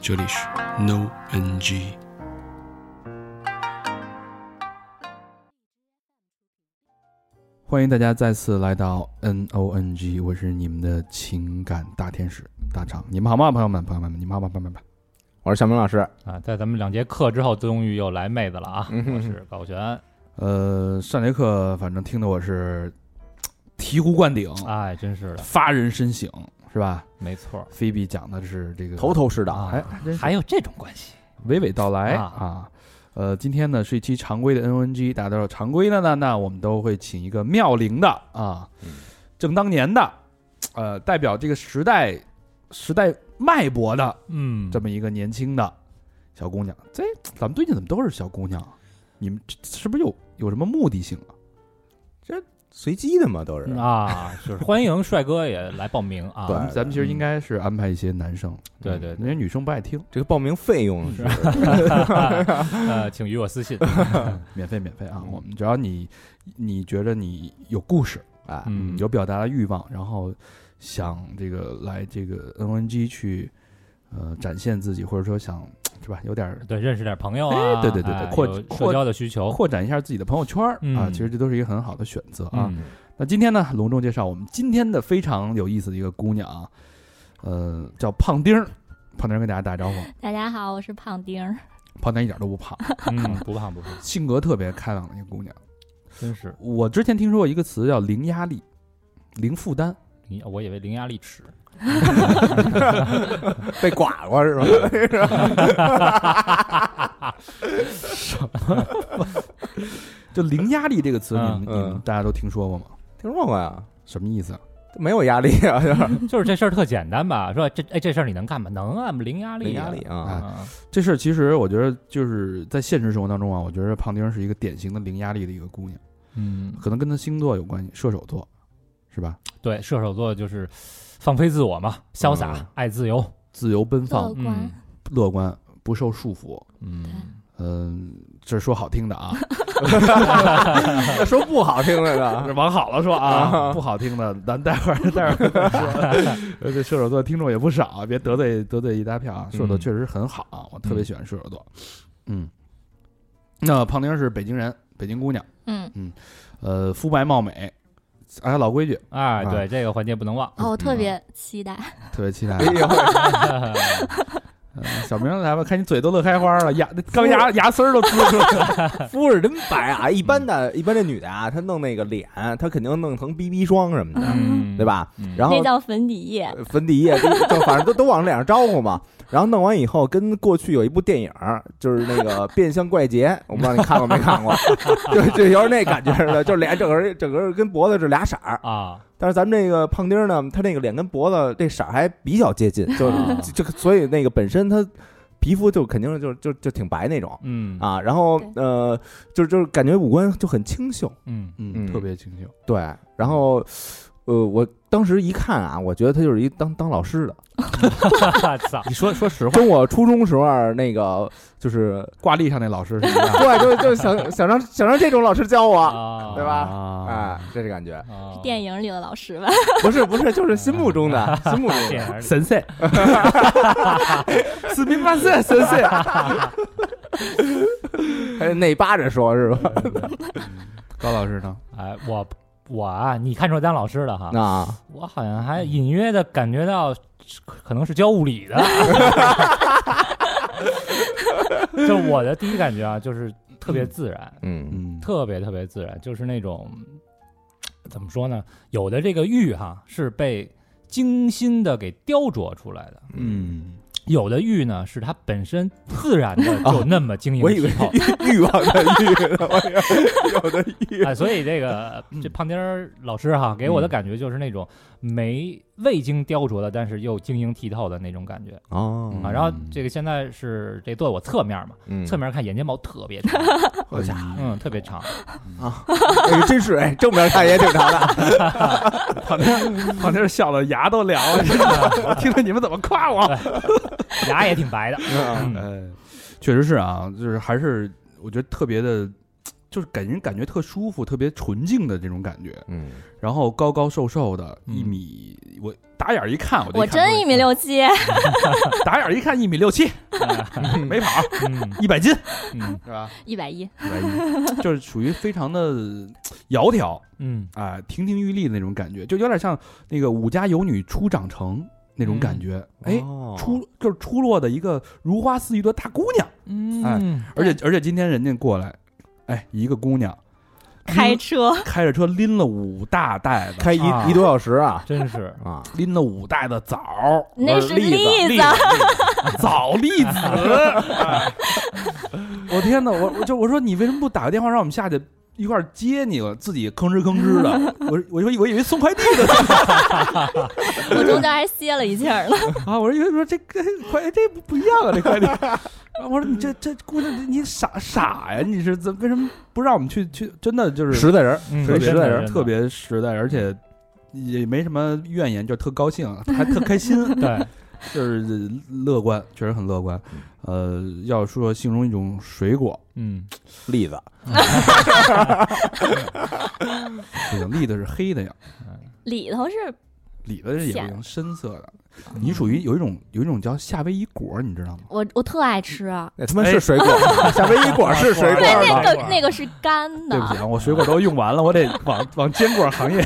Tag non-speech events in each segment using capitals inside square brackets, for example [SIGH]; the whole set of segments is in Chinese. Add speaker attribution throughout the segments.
Speaker 1: 这里是 No NG。
Speaker 2: 欢迎大家再次来到 N O N G，我是你们的情感大天使大长，你们好吗，朋友们？朋友们，你们好吗？朋友们，
Speaker 3: 我是小明老师。
Speaker 4: 啊，在咱们两节课之后，终于又来妹子了啊！
Speaker 3: 嗯哼
Speaker 4: 我是高璇，
Speaker 2: 呃，上节课反正听得我是醍醐灌顶，
Speaker 3: 啊
Speaker 4: 哎，真是的，
Speaker 2: 发人深省，是吧？
Speaker 4: 没错，
Speaker 2: 菲比讲的是这个
Speaker 3: 头头是
Speaker 4: 啊
Speaker 3: 道，
Speaker 2: 哎，还真是
Speaker 4: 还有这种关系，
Speaker 2: 娓娓道来
Speaker 4: 啊
Speaker 2: 啊。呃，今天呢是一期常规的 N O N G，大家都知道常规的呢，那我们都会请一个妙龄的啊，
Speaker 3: 嗯
Speaker 2: 正当年的，呃，代表这个时代时代脉搏的
Speaker 4: 嗯，
Speaker 2: 这么一个年轻的小姑娘。这咱们最近怎么都是小姑娘啊？你们这是不是有有什么目的性啊？
Speaker 3: 随机的嘛，都是。
Speaker 4: 啊，就是欢迎帅哥也来报名啊！
Speaker 3: 对
Speaker 2: 咱们咱们其实应该是安排一些男生，嗯
Speaker 4: 对对
Speaker 2: 因为女生不爱
Speaker 4: [LAUGHS]
Speaker 2: 听，
Speaker 3: 这个报名费用
Speaker 2: [LAUGHS]
Speaker 3: 是
Speaker 4: 呃，请与我私信。
Speaker 2: 免费免费啊！
Speaker 3: 嗯
Speaker 2: 我们只要你你觉得你有故事，
Speaker 3: 哎，
Speaker 4: 嗯，
Speaker 2: 有表达的欲望，然后想这个来这个 NNG 去呃展现自己，或者说想是吧，有点儿
Speaker 4: 对认识点朋友啊，
Speaker 2: 哎对对对对
Speaker 4: 哎
Speaker 2: 扩
Speaker 4: 有
Speaker 2: 扩
Speaker 4: 社交的需求
Speaker 2: 扩展一下自己的朋友圈儿、啊，
Speaker 4: 哦嗯
Speaker 2: 其实这都是一个很好的选择啊。
Speaker 4: 嗯
Speaker 2: 那今天呢，隆重介绍我们今天的非常有意思的一个姑娘啊，呃，叫胖丁儿，胖丁儿跟大家打招呼，
Speaker 5: 大家好，我是胖丁儿。
Speaker 2: 胖丁儿一点都不胖，
Speaker 4: 嗯，不胖不胖，
Speaker 2: 性格特别开朗的一个姑娘。
Speaker 4: 真是
Speaker 2: 我之前听说过一个词叫零压力。零负担，
Speaker 4: 你，我以为伶牙俐齿，
Speaker 3: [LAUGHS] 被刮过是吧？
Speaker 2: 就零压力这个词，你们、
Speaker 4: 嗯
Speaker 2: 你们
Speaker 3: 嗯
Speaker 2: 大家都听说过吗？
Speaker 3: 听说过呀，
Speaker 2: 什么意思啊？
Speaker 3: 没有压力啊，就是
Speaker 4: 就是这事儿特简单吧？说这哎这事儿你能干吗？能啊，伶牙俐
Speaker 3: 没压力啊。
Speaker 4: 啊，
Speaker 2: 这事儿其实我觉得就是在现实生活当中啊，我觉得胖丁是一个典型的零压力的一个姑娘，
Speaker 4: 嗯，
Speaker 2: 可能跟她星座有关系，射手座，是吧？
Speaker 4: 对，射手座就是放飞自我嘛，潇洒
Speaker 3: 嗯
Speaker 4: 爱自由，
Speaker 2: 自由奔
Speaker 5: 乐
Speaker 2: 放，
Speaker 5: 观
Speaker 4: 嗯，
Speaker 2: 乐观，不受束缚。
Speaker 4: 嗯，
Speaker 2: 嗯，这说好听的
Speaker 3: [LAUGHS]
Speaker 2: 啊，
Speaker 3: 那说不好听的呢， [LAUGHS]
Speaker 2: 往好了说啊，不好听的，咱待会儿 [LAUGHS] 待会儿再说。而且射手座听众也不少，啊别得罪得罪一大票
Speaker 3: 嗯
Speaker 2: 啊。射手座确实很好啊，我特别喜欢射手座。嗯，那胖丁是北京人，北京姑娘，
Speaker 5: 嗯，
Speaker 2: 呃，肤白貌美，按照老规矩，
Speaker 5: 啊
Speaker 4: 哎，对，这个环节不能忘。
Speaker 5: 哦，我特别期待。
Speaker 2: 特别期待
Speaker 3: 哎。呦，
Speaker 2: 嗯小明来吧，看你嘴都乐开花了，牙刚牙牙丝儿都呲出来了。
Speaker 3: 肤质真白啊！一般的，一般这女的啊，她弄那个脸，她肯定弄成 BB 霜什么的，
Speaker 4: 嗯，
Speaker 3: 对？吧？
Speaker 4: 嗯
Speaker 3: 然后
Speaker 5: 那叫粉底液，
Speaker 3: 呃粉底液，就就反正都都往脸上招呼嘛。然后弄完以后，跟过去有一部电影儿，就是那个《变相怪杰》，我不知道你看过没看过，就就有点那感觉似的，就是脸整个整个跟脖子是俩色儿。
Speaker 4: 啊，
Speaker 3: 但是咱们这个胖丁儿呢，他那个脸跟脖子这色儿还比较接近，就
Speaker 4: 啊
Speaker 3: [LAUGHS] 就就所以那个本身他皮肤就肯定就就就挺白那种
Speaker 4: 嗯
Speaker 3: 啊。然后
Speaker 5: 对
Speaker 3: 呃，就就是感觉五官就很清秀，
Speaker 4: 嗯 [LAUGHS]
Speaker 2: 嗯，
Speaker 3: [LAUGHS] 嗯
Speaker 2: 特别清秀。
Speaker 3: 对。然后呃，我当时一看啊，我觉得他就是一当当老师的。
Speaker 4: 我
Speaker 3: [LAUGHS]
Speaker 4: 操，
Speaker 2: 你说说实话，
Speaker 3: 跟我初中时候儿那个就是，
Speaker 2: 挂历上那老师是一
Speaker 3: [LAUGHS]
Speaker 2: 样
Speaker 3: 对，就就想想让想让这种老师教我，
Speaker 4: 啊
Speaker 3: [LAUGHS] 对
Speaker 2: 的
Speaker 3: 吧
Speaker 2: 啊
Speaker 3: 哎，，这是感觉，
Speaker 4: 啊
Speaker 5: 电影里的老师吧？
Speaker 3: 不是不是，就是心目中的心目中
Speaker 4: 电
Speaker 3: 的，
Speaker 4: 影里
Speaker 2: 神色，
Speaker 4: [LAUGHS]
Speaker 2: 斯宾巴塞神色。
Speaker 3: 还是内扒着说是吧？
Speaker 2: 高老师呢？
Speaker 4: 哎，我我啊，你看出来当老师了哈？
Speaker 3: 啊，
Speaker 4: 我好像还隐约的感觉到，可可能是教
Speaker 3: [LAUGHS]
Speaker 4: 物理的。 [LAUGHS] 就我的第一感觉啊，就是特别自然，
Speaker 3: 嗯
Speaker 2: 嗯，
Speaker 4: 特别特别自然，就是那种怎么说呢？有的这个玉哈是被精心的给雕琢出来的，
Speaker 2: 嗯，
Speaker 4: 有的玉呢是它本身自然
Speaker 3: [LAUGHS]
Speaker 4: 的就那么晶莹
Speaker 3: 啊我以
Speaker 4: 剔
Speaker 3: 为
Speaker 4: 透。
Speaker 3: 欲望的欲， [LAUGHS] 我以为有的欲，[LAUGHS] 嗯
Speaker 4: 哎啊，所以这个这胖丁儿老师哈，给我的感觉就是那种没未经雕琢的，但是又晶莹剔透的那种感觉
Speaker 3: 哦
Speaker 4: 啊。然后这个现在是这坐在我侧面嘛，
Speaker 3: 嗯
Speaker 4: 侧面看眼睫毛特别
Speaker 3: [LAUGHS]
Speaker 4: 长，
Speaker 3: 好家
Speaker 4: 嗯，特别长，
Speaker 3: 哎，真是哎，正面看也挺长的，
Speaker 2: 旁边旁边笑的牙都凉 [LAUGHS] 了，真的我听着你们怎么夸我。
Speaker 4: 哎牙也挺白的。嗯
Speaker 3: 哎
Speaker 2: 呃，确实是啊，就是还是我觉得特别的，就是给人感觉特舒服、特别纯净的这种感觉。
Speaker 3: 嗯，
Speaker 2: 然后高高瘦瘦的，
Speaker 1: 嗯
Speaker 2: 一米，我打眼儿一看，我就
Speaker 5: 我
Speaker 2: 看
Speaker 5: 真一米，六七，
Speaker 2: 打眼儿一看一米六七，
Speaker 3: [LAUGHS]
Speaker 2: 没跑
Speaker 4: 嗯
Speaker 2: 一百斤
Speaker 4: 嗯
Speaker 2: 是吧？
Speaker 5: 一百一，
Speaker 2: 就是属于非常的窈窕
Speaker 4: 嗯
Speaker 2: 啊，亭亭玉立的那种感觉，就有点像那个武家有女初长成那种感觉。哎、
Speaker 3: 哦
Speaker 2: 出就是出落的一个如花似玉的大姑娘，
Speaker 4: 嗯，
Speaker 2: 而且而且今天人家过来，哎，一个姑娘
Speaker 5: 开车
Speaker 2: 开着车拎了五大袋子，
Speaker 3: [LAUGHS] 开一
Speaker 4: 啊
Speaker 3: 一多小时啊
Speaker 4: 真是
Speaker 3: 啊，
Speaker 2: 拎了五袋的枣儿，
Speaker 5: 那是栗
Speaker 2: 栗子，
Speaker 5: 子，
Speaker 2: 枣栗子。哎我天哪，我我就我说你为什么不打个电话让我们下去一块儿接你？我自己吭哧吭哧的，我我说我以为送快递的呢
Speaker 5: 我中间还歇了一气儿呢。
Speaker 2: [LAUGHS] 啊，我说以为说这个快这不不一样啊，这快递。啊我说你这这姑娘你傻傻呀？你是怎为什么不让我们去去？真的就是
Speaker 3: 实在人儿，
Speaker 4: 嗯
Speaker 2: 特
Speaker 3: 特
Speaker 2: 别
Speaker 3: 别
Speaker 4: 真
Speaker 3: 实在
Speaker 4: 的
Speaker 3: 人
Speaker 4: 真的
Speaker 2: 特别实在，而且也没什么怨言，就特高兴，啊还特开心，
Speaker 4: [LAUGHS] 对，
Speaker 2: 就是乐观，确实很乐观。呃，要说形容一种水果，
Speaker 4: 嗯
Speaker 3: 栗子
Speaker 2: 这个栗子是黑的呀，
Speaker 5: 里头是
Speaker 2: 李子是有一
Speaker 5: 咸
Speaker 2: 种深色的。你属于有一种有一种叫夏威夷果，你知道吗？
Speaker 5: 我，我特爱吃，
Speaker 3: 那他妈是水果，夏威夷果是水果
Speaker 5: 但
Speaker 3: 吗
Speaker 5: [LAUGHS] 那？个那个是干
Speaker 2: 对不起
Speaker 5: 的，
Speaker 2: 啊，我水果都用
Speaker 5: [LAUGHS]
Speaker 2: 完了，我得往往坚果行业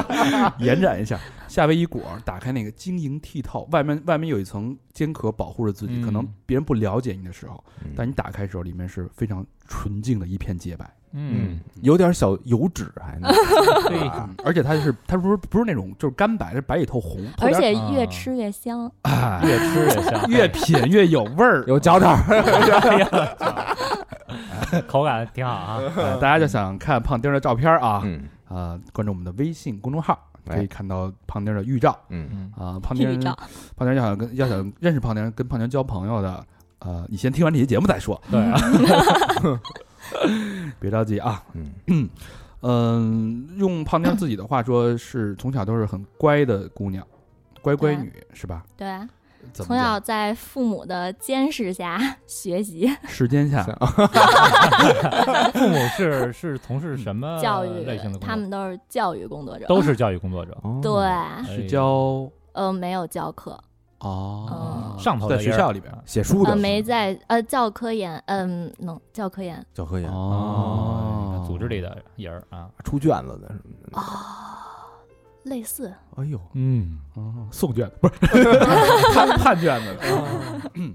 Speaker 2: [LAUGHS] 延展一下。夏威夷果打开那个晶莹剔透，外面外面有一层坚壳保护着自己，
Speaker 4: 嗯
Speaker 2: 可能别人不了解你的时候，
Speaker 3: 嗯
Speaker 2: 但你打开的时候，里面是非常纯净的一片洁白。
Speaker 4: 嗯
Speaker 3: 嗯，有点小油脂还能，
Speaker 4: 对
Speaker 2: 嗯而且它是它不是不是那种就是干白，是白里透
Speaker 3: [LAUGHS]
Speaker 2: 红，
Speaker 5: 而且
Speaker 4: 啊
Speaker 5: 越吃越香。
Speaker 2: 哎
Speaker 4: 越吃越香，哎
Speaker 2: 越品越有味儿。
Speaker 3: 有嚼头儿，
Speaker 4: 口感挺好啊。
Speaker 2: 呃大家就想看胖丁儿的照片儿啊，
Speaker 3: 嗯
Speaker 2: 啊，关注我们的微信公众号，
Speaker 3: 哎
Speaker 2: 可以看到胖丁儿的预兆
Speaker 3: 嗯，
Speaker 4: 嗯
Speaker 2: 啊。胖丁
Speaker 5: 预
Speaker 2: 儿
Speaker 5: 兆，
Speaker 2: 胖丁儿要想跟要想认识胖丁儿，跟胖丁儿交朋友的，呃，你先听完这期节目再说，
Speaker 4: 对啊，
Speaker 5: 嗯
Speaker 2: 别着急啊。
Speaker 3: 嗯
Speaker 2: 嗯，用胖丁儿自己的话说，是从小都是很乖的姑娘，乖乖女是吧？
Speaker 5: 对啊，
Speaker 2: 怎么
Speaker 5: 从
Speaker 2: 讲
Speaker 5: 小在父母的监视下学习，
Speaker 2: 时间下
Speaker 3: 是
Speaker 4: 父母是是从事什么
Speaker 5: 教育
Speaker 4: 类型的工作？
Speaker 5: 他们都是教育工作者，
Speaker 4: 都是教育工作者，
Speaker 3: 哦
Speaker 5: 对，
Speaker 2: 是教
Speaker 5: 呃，没有教课，
Speaker 2: 哦
Speaker 5: 嗯
Speaker 4: 上头的
Speaker 2: 在学
Speaker 4: 人
Speaker 2: 校里边
Speaker 3: 写书
Speaker 5: 呃，
Speaker 3: 的
Speaker 5: 没在呃教科研，嗯，能教科研
Speaker 3: 小黑眼
Speaker 4: 哦，哎你看组织里的人儿啊，
Speaker 3: 出卷子的什么
Speaker 2: 嗯
Speaker 3: 的，
Speaker 5: 哦，类似
Speaker 3: 哎 [LAUGHS] 呦，
Speaker 4: 嗯，
Speaker 2: 哦，送卷不是判判
Speaker 4: [LAUGHS]
Speaker 2: 卷子
Speaker 4: 嗯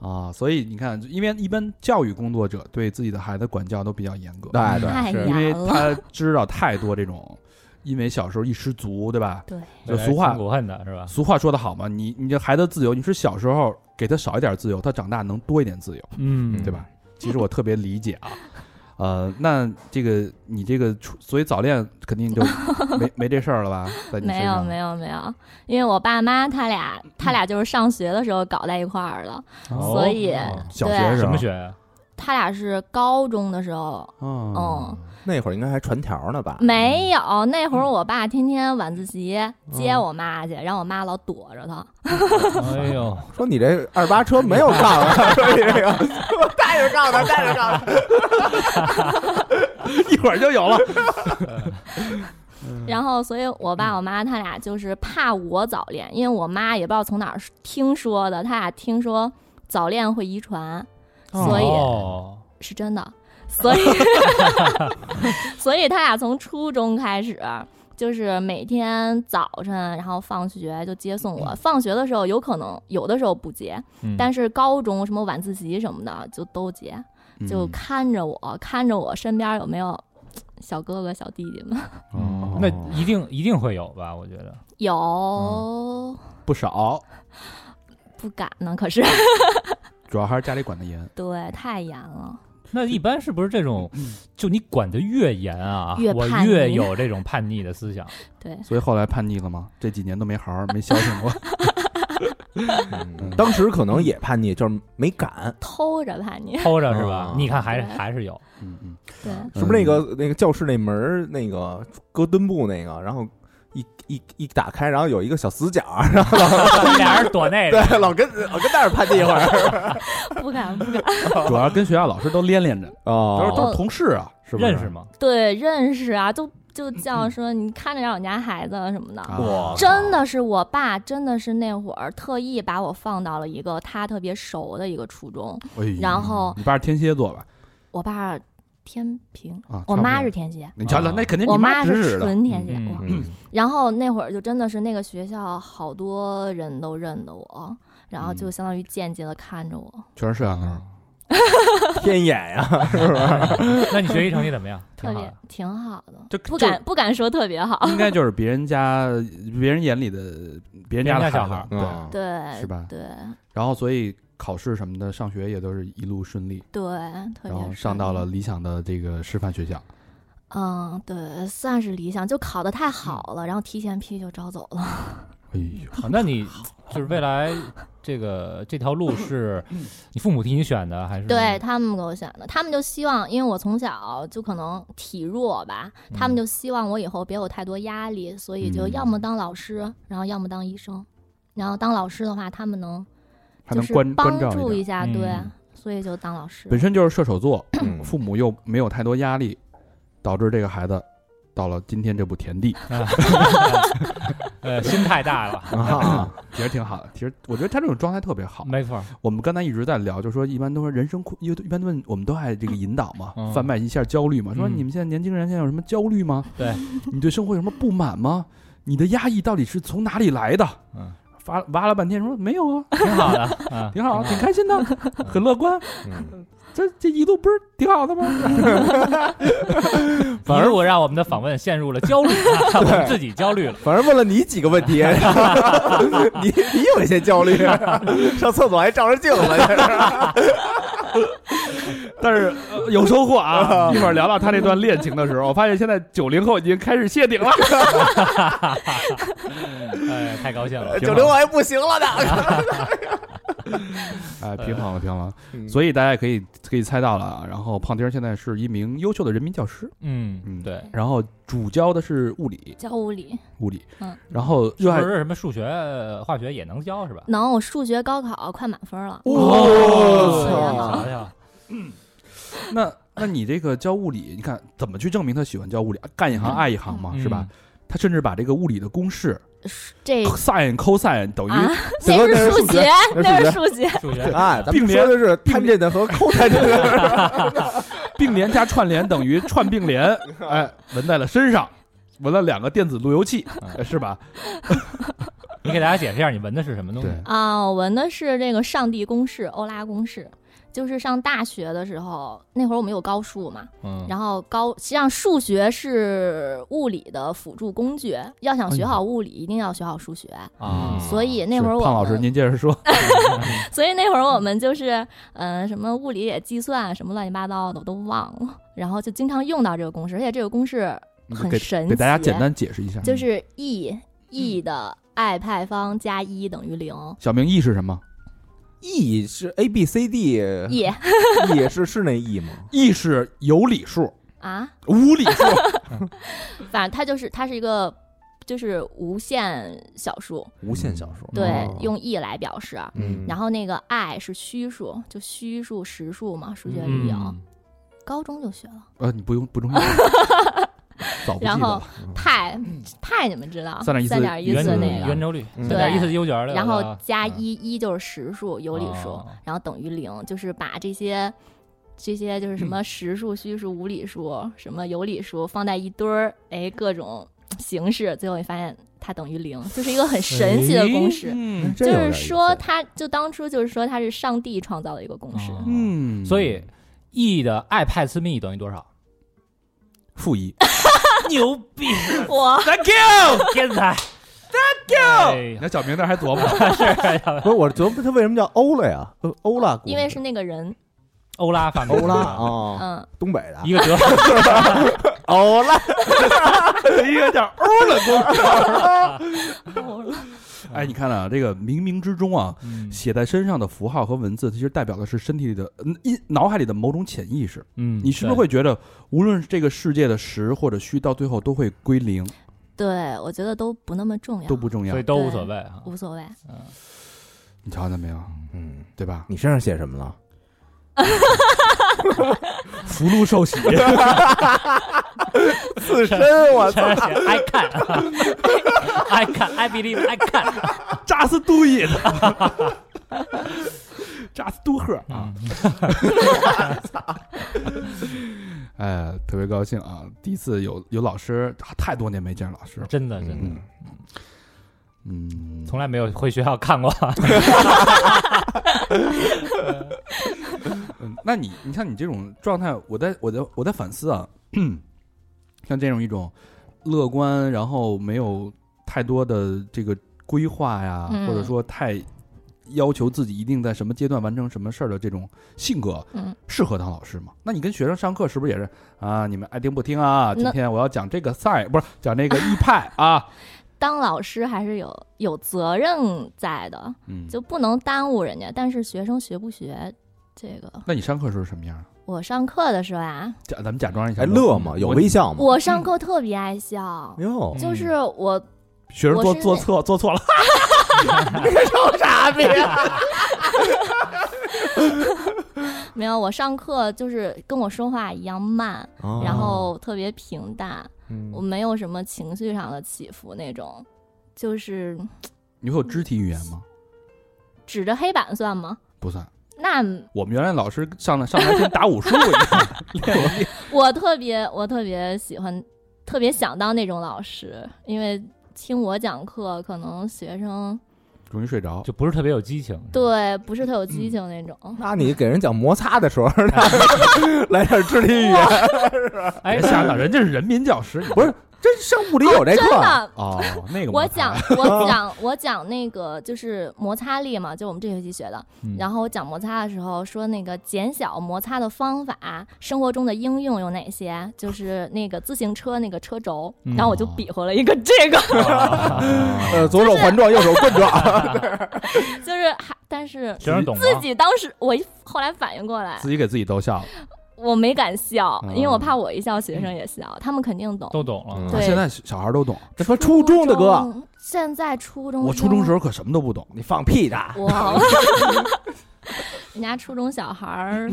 Speaker 2: 的啊，所以你看，因为一般教育工作者对自己的孩子管教都比较严格，
Speaker 3: 对
Speaker 5: 太
Speaker 3: 对是，
Speaker 2: 啊因为
Speaker 5: 严了，
Speaker 2: 他知道太多这种，因为小时候一失足，对吧？
Speaker 5: 对，
Speaker 2: 就俗话
Speaker 4: 我恨的是吧？
Speaker 2: 啊俗话说得好嘛，你你这孩子自由，你是小时候给他少一点自由，他长大能多一点自由，
Speaker 4: 嗯
Speaker 2: 对吧？其实我特别理解啊， [LAUGHS] 呃，那这个你这个出，所以早恋肯定就 [LAUGHS] 没没这事儿了吧？在你身
Speaker 5: 没有
Speaker 2: 上嗯
Speaker 5: 没有没有，因为我爸妈他俩他俩就是上学的时候搞在一块儿了，
Speaker 2: 哦
Speaker 5: 所以
Speaker 2: 小
Speaker 5: 对
Speaker 2: 学是吧
Speaker 4: 什么学啊？
Speaker 5: 他俩是高中的时候，
Speaker 2: 哦嗯
Speaker 5: 嗯，
Speaker 3: 那会儿应该还传条呢吧？
Speaker 5: 没有那会儿我爸天天晚自习接我妈去，让我妈老躲着他，
Speaker 4: 哎呦，
Speaker 3: 说你这二八车没有杠啊， [LAUGHS] 说你这个带着杠的，带着杠
Speaker 2: [LAUGHS]
Speaker 3: 的，
Speaker 2: 一会儿就有了。嗯
Speaker 5: 然后所以我爸我妈他俩就是怕我早恋，因为我妈也不知道从哪儿听说的，他俩听说早恋会遗传，所以。
Speaker 4: 哦
Speaker 5: 是真的，所以所以他俩从初中开始。就是每天早晨，然后放学就接送我。放学的时候有可能有的时候不接，
Speaker 4: 嗯
Speaker 5: 但是高中什么晚自习什么的就都接，
Speaker 2: 嗯
Speaker 5: 就看着我，看着我身边有没有小哥哥小弟弟们。 [LAUGHS]
Speaker 2: 嗯
Speaker 4: 那一定一定会有吧？我觉得
Speaker 5: 有、
Speaker 2: 不少，
Speaker 5: 不敢呢，可是 [LAUGHS]
Speaker 2: 主要还是家里管得严。
Speaker 5: 对太严了。
Speaker 4: 那一般是不是这种，就你管的越严啊，
Speaker 5: 越
Speaker 4: 我
Speaker 5: 叛
Speaker 4: 越
Speaker 5: 逆
Speaker 4: 有这种叛逆的思
Speaker 5: [LAUGHS]
Speaker 4: 想。
Speaker 5: 对，
Speaker 2: 所以后来叛逆了吗？这几年都没好好没消停 [LAUGHS] 过。嗯
Speaker 3: 当时可能也叛逆，就是没敢，
Speaker 5: 偷着叛逆。
Speaker 4: 偷着是吧？
Speaker 3: 哦
Speaker 4: 你看还是
Speaker 5: 对
Speaker 4: 还是有，
Speaker 2: 嗯嗯，
Speaker 5: [LAUGHS] 对，
Speaker 3: 是不是那个那个教室那门儿那个戈登布那个，然后一一一打开，然后有一个小死角，然后
Speaker 4: 俩人躲那个，
Speaker 3: 对老跟老跟那儿叛逆一
Speaker 4: [LAUGHS]
Speaker 3: 会儿，
Speaker 5: 不敢不敢。
Speaker 2: 嗯主要跟学校老师都连连着，都是
Speaker 3: 哦，
Speaker 2: 都是同事啊，是不是？
Speaker 4: 认识吗？
Speaker 5: 对，认识啊，就就叫说你看着点我们家孩子什么的。
Speaker 2: 嗯啊
Speaker 3: 哇
Speaker 5: 真的是我爸，真的是那会儿特意把我放到了一个他特别熟的一个初中。
Speaker 2: 哎呦
Speaker 5: 然后
Speaker 2: 你爸是天蝎座吧？
Speaker 5: 我爸天平，
Speaker 2: 啊，
Speaker 5: 我妈是
Speaker 2: 差
Speaker 5: 天蝎，
Speaker 2: 不多，你啊瞧瞧，那肯定
Speaker 5: 我
Speaker 2: 你妈指
Speaker 5: 是
Speaker 2: 使的。
Speaker 5: 纯天蝎。
Speaker 4: 嗯
Speaker 5: 哇
Speaker 3: 嗯
Speaker 5: 然后那会儿就真的是那个学校好多人都认得我，然后
Speaker 2: 嗯
Speaker 5: 就相当于间接的看着我。
Speaker 2: 全是摄啊像头，
Speaker 3: 天眼呀，
Speaker 4: 那你学习成绩怎么样？ [LAUGHS] 挺
Speaker 5: 特
Speaker 4: 好
Speaker 5: 别
Speaker 4: 的。
Speaker 5: 挺好的
Speaker 2: 这，
Speaker 5: 不
Speaker 2: 这
Speaker 5: 敢不敢说特别好，
Speaker 2: 嗯应该就是别人家、别人眼里的别人家的
Speaker 4: 别人家小孩
Speaker 2: 孩
Speaker 4: 儿，
Speaker 2: 对。
Speaker 3: 嗯
Speaker 5: 对，
Speaker 2: 啊是吧
Speaker 5: 对
Speaker 2: 然后所以考试什么的，上学也都是一路顺利，
Speaker 5: 对，特别
Speaker 2: 然后
Speaker 5: 顺
Speaker 2: 上到
Speaker 5: 利
Speaker 2: 了理想的这个师范学校。
Speaker 5: 嗯，对，算是理想，就考得太好了，然后提前批就招走了。
Speaker 2: 哎呦，
Speaker 4: 好那你就是未来这
Speaker 5: [LAUGHS]
Speaker 4: 个这条路是你父母替你选的，还是
Speaker 5: [LAUGHS] 嗯对他们给我选的，他们就希望，因为我从小就可能体弱吧，他们就希望我以后别有太多压力，所以就要么当老师，然后要么当医生。然后当老师的话，他们能
Speaker 2: 还
Speaker 5: 就
Speaker 2: 能
Speaker 5: 是
Speaker 2: 关关
Speaker 5: 帮
Speaker 2: 照
Speaker 5: 助
Speaker 2: 一点。
Speaker 5: 下，
Speaker 4: 嗯
Speaker 5: 对，所以就当老师
Speaker 2: 本。身就是射手座，
Speaker 3: 嗯
Speaker 2: 父母又没有太多压力，导致这个孩子到了今天这步田地，
Speaker 4: 呃心太大 [LAUGHS] 了？
Speaker 3: 啊，
Speaker 2: [LAUGHS] 其实挺好的。其实我觉得他这种状态特别好。
Speaker 4: 没错，
Speaker 2: 我们刚才一直在聊，就说一般都说人生困，一一般问我们都爱这个引导嘛，
Speaker 4: 嗯
Speaker 2: 贩卖一下焦虑嘛，说
Speaker 4: 嗯
Speaker 2: 你们现在年轻人现在有什么焦虑吗？
Speaker 4: 对，
Speaker 2: 你对生活有什么不满吗？你的压抑到底是从哪里来的？
Speaker 4: 嗯，
Speaker 2: 发挖了半天说没有啊，
Speaker 4: [LAUGHS] 挺好的，啊
Speaker 2: 挺 [LAUGHS] 好，挺开心的，很乐观，
Speaker 3: 嗯
Speaker 2: 这这一路不是挺好的吗？
Speaker 4: 反而我让我们的访问陷入了焦 [LAUGHS] 虑，啊我们自己焦虑了。
Speaker 3: 反正问了你几个问 [LAUGHS] 题，你你有一些焦 [LAUGHS] 虑，上厕所还照着镜 [LAUGHS] 子，
Speaker 2: [LAUGHS] 但是、呃有收获 [LAUGHS] 啊！一会儿聊到他那段恋情的时候，我发现现在九零后已经开始谢 [LAUGHS] 顶了。
Speaker 4: 哎，太高兴了，
Speaker 3: 九零后还不行了呢。
Speaker 2: 哎，平衡了，平衡了。
Speaker 3: 嗯
Speaker 2: 所以大家也可以可以猜到了啊。然后胖丁儿现在是一名优秀的人民教师，
Speaker 4: 嗯
Speaker 2: 嗯，
Speaker 4: 对，
Speaker 2: 然后主教的是物理，
Speaker 5: 教物理
Speaker 2: 物理，
Speaker 5: 嗯
Speaker 2: 然后热爱
Speaker 4: 不是什么数学、呃化学也能教是吧？
Speaker 5: 能，我数学高考快满分了。
Speaker 4: 哦
Speaker 3: 我
Speaker 4: 瞧瞧，
Speaker 2: 哦那那你这个教物理，你看怎么去证明他喜欢教物理？干一行爱一行嘛，
Speaker 4: 嗯
Speaker 2: 是 [LAUGHS] 吧？他甚至把这个物理的公式 [LAUGHS]
Speaker 5: 这
Speaker 2: sin、cosine 等于
Speaker 5: 啊，
Speaker 3: 得
Speaker 5: 那
Speaker 3: 那
Speaker 5: 是
Speaker 3: 是
Speaker 5: 数
Speaker 3: 数
Speaker 5: 学
Speaker 3: 学，
Speaker 5: 那
Speaker 3: 那
Speaker 5: 是
Speaker 3: 是
Speaker 5: 数学。
Speaker 4: 数学 [LAUGHS]
Speaker 3: 操！ [LAUGHS] 啊，咱
Speaker 2: 并
Speaker 3: 们
Speaker 2: 联
Speaker 3: 说的是摊这的和扣摊 [LAUGHS] 这个，
Speaker 2: 并联加串联等于串并
Speaker 4: [LAUGHS]
Speaker 2: 联，哎，纹在了身上，纹了两个电子路由器，哎
Speaker 4: 嗯
Speaker 2: 是吧？
Speaker 4: 你给大家解释一下，你闻的是什么东西？
Speaker 2: 对
Speaker 5: 啊，我闻的是这个上帝公式、欧拉公式，就是上大学的时候，那会儿我们有高数嘛，
Speaker 4: 嗯，
Speaker 5: 然后高实际上数学是物理的辅助工具，要想学好物理，一定要学好数学。
Speaker 4: 啊，
Speaker 5: 所以那
Speaker 2: 哎嗯是
Speaker 5: 会儿我呃
Speaker 2: 胖老师，
Speaker 5: 们，
Speaker 2: 您接着说。
Speaker 5: 所以那会儿我们就是，嗯，什么物理也计算，什么乱七八糟的我都忘了，然后就经常用到这个公式，而且这个公式很
Speaker 2: 给
Speaker 5: 神奇，啊
Speaker 2: 给大家简单嗯解释一下，
Speaker 5: 就是 e e 的 i 派方加一等于零
Speaker 2: 小明 E 是什么
Speaker 3: e 是 a b c d，e
Speaker 5: ，e
Speaker 3: 是是那 e 吗？
Speaker 2: ？E 是有理
Speaker 5: [LAUGHS]
Speaker 2: 数、
Speaker 5: 啊，
Speaker 2: 无理
Speaker 5: [LAUGHS]
Speaker 2: 数，
Speaker 5: 反正它就是它是一个就是无限小数，
Speaker 3: 无限小数，
Speaker 5: 对，
Speaker 3: 哦
Speaker 5: 用 e 来表示。
Speaker 3: 嗯
Speaker 5: 然后那个 i 是虚数，就虚数、实数嘛，数学里有，
Speaker 4: 嗯
Speaker 5: 高中就学了。
Speaker 2: 呃，你不用不重要，早不记得
Speaker 5: 然后
Speaker 2: 了。
Speaker 3: 嗯
Speaker 5: 派派你们知道，
Speaker 2: 3.14
Speaker 5: 三点一
Speaker 4: 圆
Speaker 5: 四
Speaker 4: 周
Speaker 2: 嗯
Speaker 5: 那
Speaker 4: 圆
Speaker 5: 个，
Speaker 4: 周率，
Speaker 3: 嗯
Speaker 4: 三点一四九九二六，
Speaker 5: 然后加
Speaker 4: 嗯
Speaker 5: 一，一就是实数，有理数
Speaker 4: 哦，
Speaker 5: 然后等于零，就是把这些。这些就是什么实数、虚数、无理数，什么有理数放在一堆儿，哎，各种形式，最后你发现它等于零，就是一个很神奇的公式。
Speaker 2: 嗯
Speaker 5: 就
Speaker 3: 真有点
Speaker 5: 是
Speaker 3: 意思
Speaker 5: 说，它就当初就是说它是上帝创造的一个公式， [LAUGHS]
Speaker 4: 哦
Speaker 2: 嗯，
Speaker 4: 所以 e 的 i 派次幂等于多少？
Speaker 2: 负一，
Speaker 4: 牛 [LAUGHS] 逼，
Speaker 5: 我
Speaker 4: 天才，Thank
Speaker 2: 你看小明 [LAUGHS] 那还琢磨，
Speaker 3: 不是我琢磨他为什么叫欧了呀？欧欧拉，
Speaker 5: 因为是那个人，
Speaker 4: 欧拉发明的，
Speaker 3: 欧
Speaker 5: [LAUGHS]
Speaker 3: 拉
Speaker 4: 对吧
Speaker 3: 啊，
Speaker 5: 嗯，
Speaker 3: 东北的
Speaker 4: 一个德
Speaker 3: 欧拉，
Speaker 2: 一个叫欧了公。
Speaker 5: 够了
Speaker 2: [LAUGHS] 哎，你看啊，这个冥冥之中啊，
Speaker 4: 嗯
Speaker 2: 写在身上的符号和文字，其实代表的是身体里的、嗯一脑海里的某种潜意识。
Speaker 4: 嗯，
Speaker 2: 你是不是
Speaker 4: 对
Speaker 2: 会觉得，无论是这个世界的实或者虚，到最后都会归零，
Speaker 5: 对，我觉得都不那么重要，
Speaker 2: 都不重要
Speaker 4: 所以？都无所谓啊？
Speaker 5: 无所谓。
Speaker 2: 你瞧见没有？
Speaker 3: 嗯，
Speaker 2: 对吧？
Speaker 3: 你身上写什么了？
Speaker 2: 福禄寿喜，
Speaker 3: 自身我
Speaker 4: 全是写 I can，I can I believe I can，
Speaker 2: 啊扎斯都伊的， [LAUGHS] 扎斯都赫啊！
Speaker 4: 嗯
Speaker 2: 哎，特别高兴啊！第一次有有老师，啊太多年没见老师了，
Speaker 4: 真的真的，
Speaker 3: 嗯
Speaker 2: 嗯，
Speaker 4: 从来没有回学校看过。
Speaker 2: 嗯，那你你看你这种状态，我在我在我在反思啊， [CLEARS THROAT] 像这种一种乐观，然后没有太多的这个规划呀，
Speaker 5: 嗯
Speaker 2: 或者说太要求自己一定在什么阶段完成什么事儿的这种性格，
Speaker 5: 嗯，
Speaker 2: 适合当老师吗？那你跟学生上课是不是也是啊？你们爱听不听啊？今
Speaker 5: 那
Speaker 2: 天我要讲这个赛，不是讲那个
Speaker 5: [LAUGHS]
Speaker 2: 一派啊，
Speaker 5: 当老师还是有有责任在的，
Speaker 2: 嗯，
Speaker 5: 就不能耽误人家。但是学生学不学，这个
Speaker 2: 那你上课时候什么样？啊
Speaker 5: 我上课的时候啊，
Speaker 2: 假咱们假装一下，
Speaker 3: 还哎乐吗？有
Speaker 2: 我
Speaker 3: 微笑吗？
Speaker 5: 我上课特别爱笑，
Speaker 3: 哟，
Speaker 5: 就是我
Speaker 2: 学生
Speaker 5: 我
Speaker 2: 做
Speaker 5: 是
Speaker 2: 做
Speaker 5: 那
Speaker 2: 错做错了，
Speaker 5: 没有我上课就是跟我说话一样慢，
Speaker 3: [LAUGHS] 哦
Speaker 5: 然后特别平淡，
Speaker 3: 嗯
Speaker 5: 我没有什么情绪上的起伏那种，就是
Speaker 2: 你会有肢体语言吗？
Speaker 5: 指着黑板算吗？
Speaker 2: 不算。
Speaker 5: 那
Speaker 2: 我们原来老师上来上台跟打武术一 [LAUGHS] 样，练武力。
Speaker 5: 我特别我特别喜欢，特别想当那种老师，因为听我讲课，可能学生
Speaker 2: 容易睡着。
Speaker 4: 就不是特别有激情。是吧，
Speaker 5: 对不是特有激情那种。
Speaker 3: 嗯那你给人讲摩擦的时候，来点肢体语言，
Speaker 4: 哎，
Speaker 2: 瞎闹，人家是人民教师，你
Speaker 3: 不是？这上物理有这
Speaker 5: 真
Speaker 3: 课，
Speaker 5: 的，
Speaker 2: 哦，那个
Speaker 5: 我
Speaker 2: 摩擦
Speaker 5: 讲我讲我讲那个就是摩擦力嘛，就我们这学期学的。
Speaker 4: 嗯
Speaker 5: 然后我讲摩擦的时候说那个减小摩擦的方法，生活中的应用有哪些？就是那个自行车那个车轴，
Speaker 4: 嗯
Speaker 5: 然后我就比划了一个这个， [LAUGHS]
Speaker 4: 啊
Speaker 3: 呃，左手环状，右手棍状，
Speaker 5: 就是还但是
Speaker 4: 学生懂吗？
Speaker 5: 自己当时我一后来反应过来
Speaker 2: 自，己给自己逗笑了。
Speaker 5: 我没敢笑，
Speaker 2: 嗯
Speaker 5: 因为我怕我一笑学生也笑，他们肯定懂。
Speaker 4: 都懂了。
Speaker 5: 对
Speaker 2: 嗯现在小孩都懂，
Speaker 3: 这说初中的歌，，
Speaker 5: 现在初中
Speaker 2: 我初中时
Speaker 5: 候，
Speaker 2: 候可什么都不懂。
Speaker 3: 你放屁的，
Speaker 5: 哇，哦人家初中小孩儿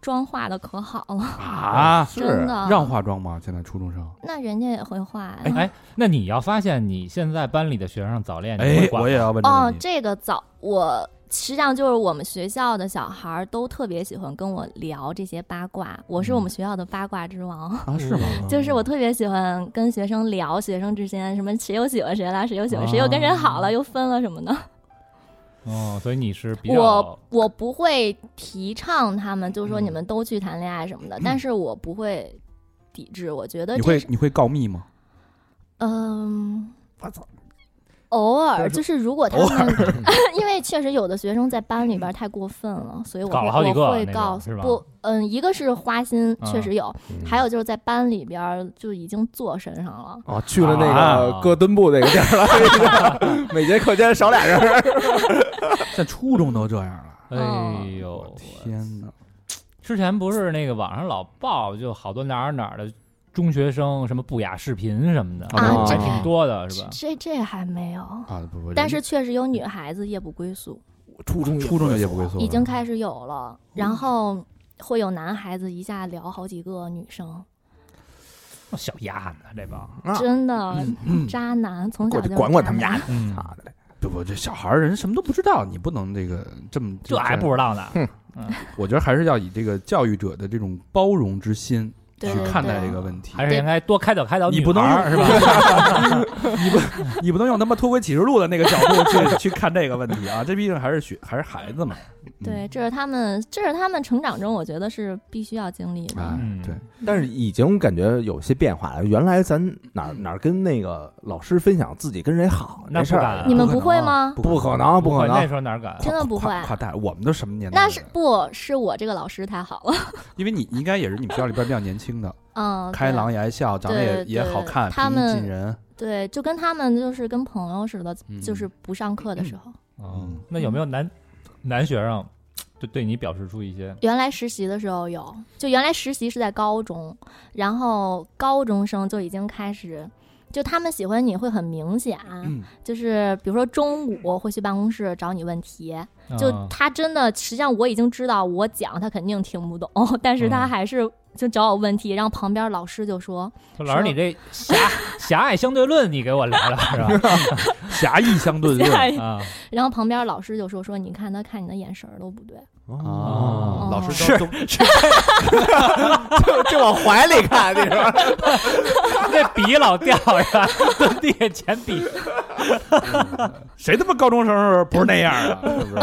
Speaker 5: 妆化的可好了。
Speaker 2: 啊，
Speaker 5: 真的
Speaker 2: 让化妆吗？现在初中生？
Speaker 5: 那人家也会画呀。
Speaker 4: 哎，那你要发现你现在班里的学生早恋，你
Speaker 2: 哎
Speaker 4: 会，管
Speaker 2: 我
Speaker 4: 吗
Speaker 2: 也要问这个
Speaker 5: 哦
Speaker 2: 问，题。
Speaker 5: 这个早我。实际上就是我们学校的小孩儿都特别喜欢跟我聊这些八卦，我是我们学校的八卦之王，
Speaker 2: 啊，是吗？
Speaker 5: 就是我特别喜欢跟学生聊学生之间什么谁又喜欢谁了，谁又喜
Speaker 4: 啊
Speaker 5: 欢谁又跟谁好了，又分了什么的。
Speaker 4: 哦，所以你是 [LAUGHS] 比较
Speaker 5: 我我不会提倡他们，就是说
Speaker 4: 嗯
Speaker 5: 你们都去谈恋爱什么的，但是我不会抵制。我觉得
Speaker 2: 你
Speaker 5: 这
Speaker 2: 会
Speaker 5: 是
Speaker 2: 你会告密吗？
Speaker 5: 嗯，
Speaker 2: 我操，
Speaker 5: 偶
Speaker 2: 但
Speaker 5: 尔
Speaker 2: 是
Speaker 5: 就是如果他们，因为确实有的学生在班里边太过分了，所以我
Speaker 4: 嗯搞
Speaker 5: 会
Speaker 4: 了好几个
Speaker 5: 我会
Speaker 4: 那种
Speaker 5: 告
Speaker 4: 是
Speaker 5: 诉
Speaker 4: 吧
Speaker 5: 不，嗯，一个是花心，
Speaker 4: 嗯
Speaker 5: 确实有，还有就是在班里边就已经坐身上了。
Speaker 3: [LAUGHS] 哦，去了那
Speaker 4: 啊
Speaker 3: 个哥敦布那个地儿 [LAUGHS] 了，每节课间少俩人儿，
Speaker 2: 现在初中都这样了，哦
Speaker 4: 哎呦，
Speaker 2: 天哪！
Speaker 4: 之前不是那个网上老爆，就好多哪儿哪儿的中学生什么不雅视频什么的，
Speaker 5: 啊哦
Speaker 4: 还
Speaker 5: 这
Speaker 4: 挺多的是吧？
Speaker 5: 这这还没有，
Speaker 2: 啊，不不，
Speaker 5: 但是确实有女孩子夜不归宿，
Speaker 3: 初中
Speaker 2: 初中就也不会做了，
Speaker 5: 已经开始有了，然后会有男孩子一下聊好几个女生，
Speaker 2: 啊
Speaker 4: 哦小丫呢这帮，
Speaker 3: 啊
Speaker 5: 真的
Speaker 2: 嗯
Speaker 5: 渣男，从小
Speaker 3: 过
Speaker 5: 就
Speaker 3: 去
Speaker 5: 是
Speaker 3: 管管他们
Speaker 5: 渣
Speaker 3: 家
Speaker 5: 男
Speaker 3: 去，
Speaker 4: 嗯
Speaker 3: 妈的嘞，
Speaker 2: 不不，这小孩儿人什么都不知道，你不能这个这么
Speaker 4: 这还不知道呢。
Speaker 2: 我觉得还是要以这个教育者的这种包容之心
Speaker 5: 对
Speaker 2: 去
Speaker 5: 对
Speaker 2: 看
Speaker 5: 对
Speaker 2: 待这个问题。
Speaker 4: 还是应该多开导开导
Speaker 2: 你
Speaker 4: 女
Speaker 2: 不能
Speaker 4: 孩儿是吧？
Speaker 2: 你不， [LAUGHS] 你不能用他妈《脱轨启示录》的那个角度去 [LAUGHS] 去看这个问题啊！这毕竟还是学还是孩子嘛。嗯
Speaker 5: 对，这是他们，这是他们成长中，我觉得是必须要经历的。
Speaker 2: 啊
Speaker 4: 嗯，
Speaker 2: 对
Speaker 3: 但是已经感觉有些变化了。原来咱哪儿哪儿跟那个老师分享自己跟谁好这
Speaker 4: 那不
Speaker 3: 事
Speaker 4: 敢
Speaker 3: 儿
Speaker 4: 啊，
Speaker 5: 你们
Speaker 2: 不
Speaker 5: 不
Speaker 2: 可能
Speaker 5: 会
Speaker 2: 啊
Speaker 5: 吗？
Speaker 3: 不可能，不可
Speaker 4: 那
Speaker 3: 能。
Speaker 4: 时候哪敢？
Speaker 5: 真的不会
Speaker 2: 夸夸大，我们都什么年代？
Speaker 5: 那是，不是我这个老师太好了？
Speaker 2: 因为你应该也是你们学校里边比较年轻的，
Speaker 5: 嗯，
Speaker 2: 开
Speaker 5: 对
Speaker 2: 朗也爱笑，长得也
Speaker 5: 对
Speaker 2: 也好看，
Speaker 5: 对
Speaker 2: 平
Speaker 5: 他
Speaker 2: 易
Speaker 5: 们
Speaker 2: 近人。
Speaker 5: 对，就跟他们就是跟朋友似的，
Speaker 1: 嗯
Speaker 5: 就是不上课的时候，
Speaker 4: 哦，
Speaker 3: 嗯
Speaker 4: 那有没有男男学生就对你表示出一些
Speaker 5: 原来实习的时候有，就原来实习是在高中，然后高中生就已经开始。就他们喜欢你会很明显，
Speaker 2: [COUGHS]
Speaker 5: 啊
Speaker 2: 嗯
Speaker 5: 就是比如说中午会去办公室找你问题，就
Speaker 4: 啊
Speaker 5: 他真的，实际上我已经知道，我讲他肯定听不懂， [LAUGHS] 但是他
Speaker 4: 嗯
Speaker 5: 还是就找我问题，然后旁边老师就说
Speaker 4: 说老师你这狭 [LAUGHS] 狭隘相对论你给我聊聊是吧？
Speaker 2: 狭义相
Speaker 5: [LAUGHS]
Speaker 2: 对论
Speaker 5: 哎
Speaker 4: 啊， [LAUGHS]
Speaker 5: 然后旁边老师就说说，你看他看你的眼神儿都不对，
Speaker 2: 啊，
Speaker 5: 哦
Speaker 2: 老师
Speaker 4: 是
Speaker 2: 都
Speaker 3: [LAUGHS] 就就往怀里看，你说
Speaker 4: 那笔老掉是 [LAUGHS] 吧？蹲地下捡笔，
Speaker 2: [LAUGHS] 谁他妈高中生时候不是那样啊？是不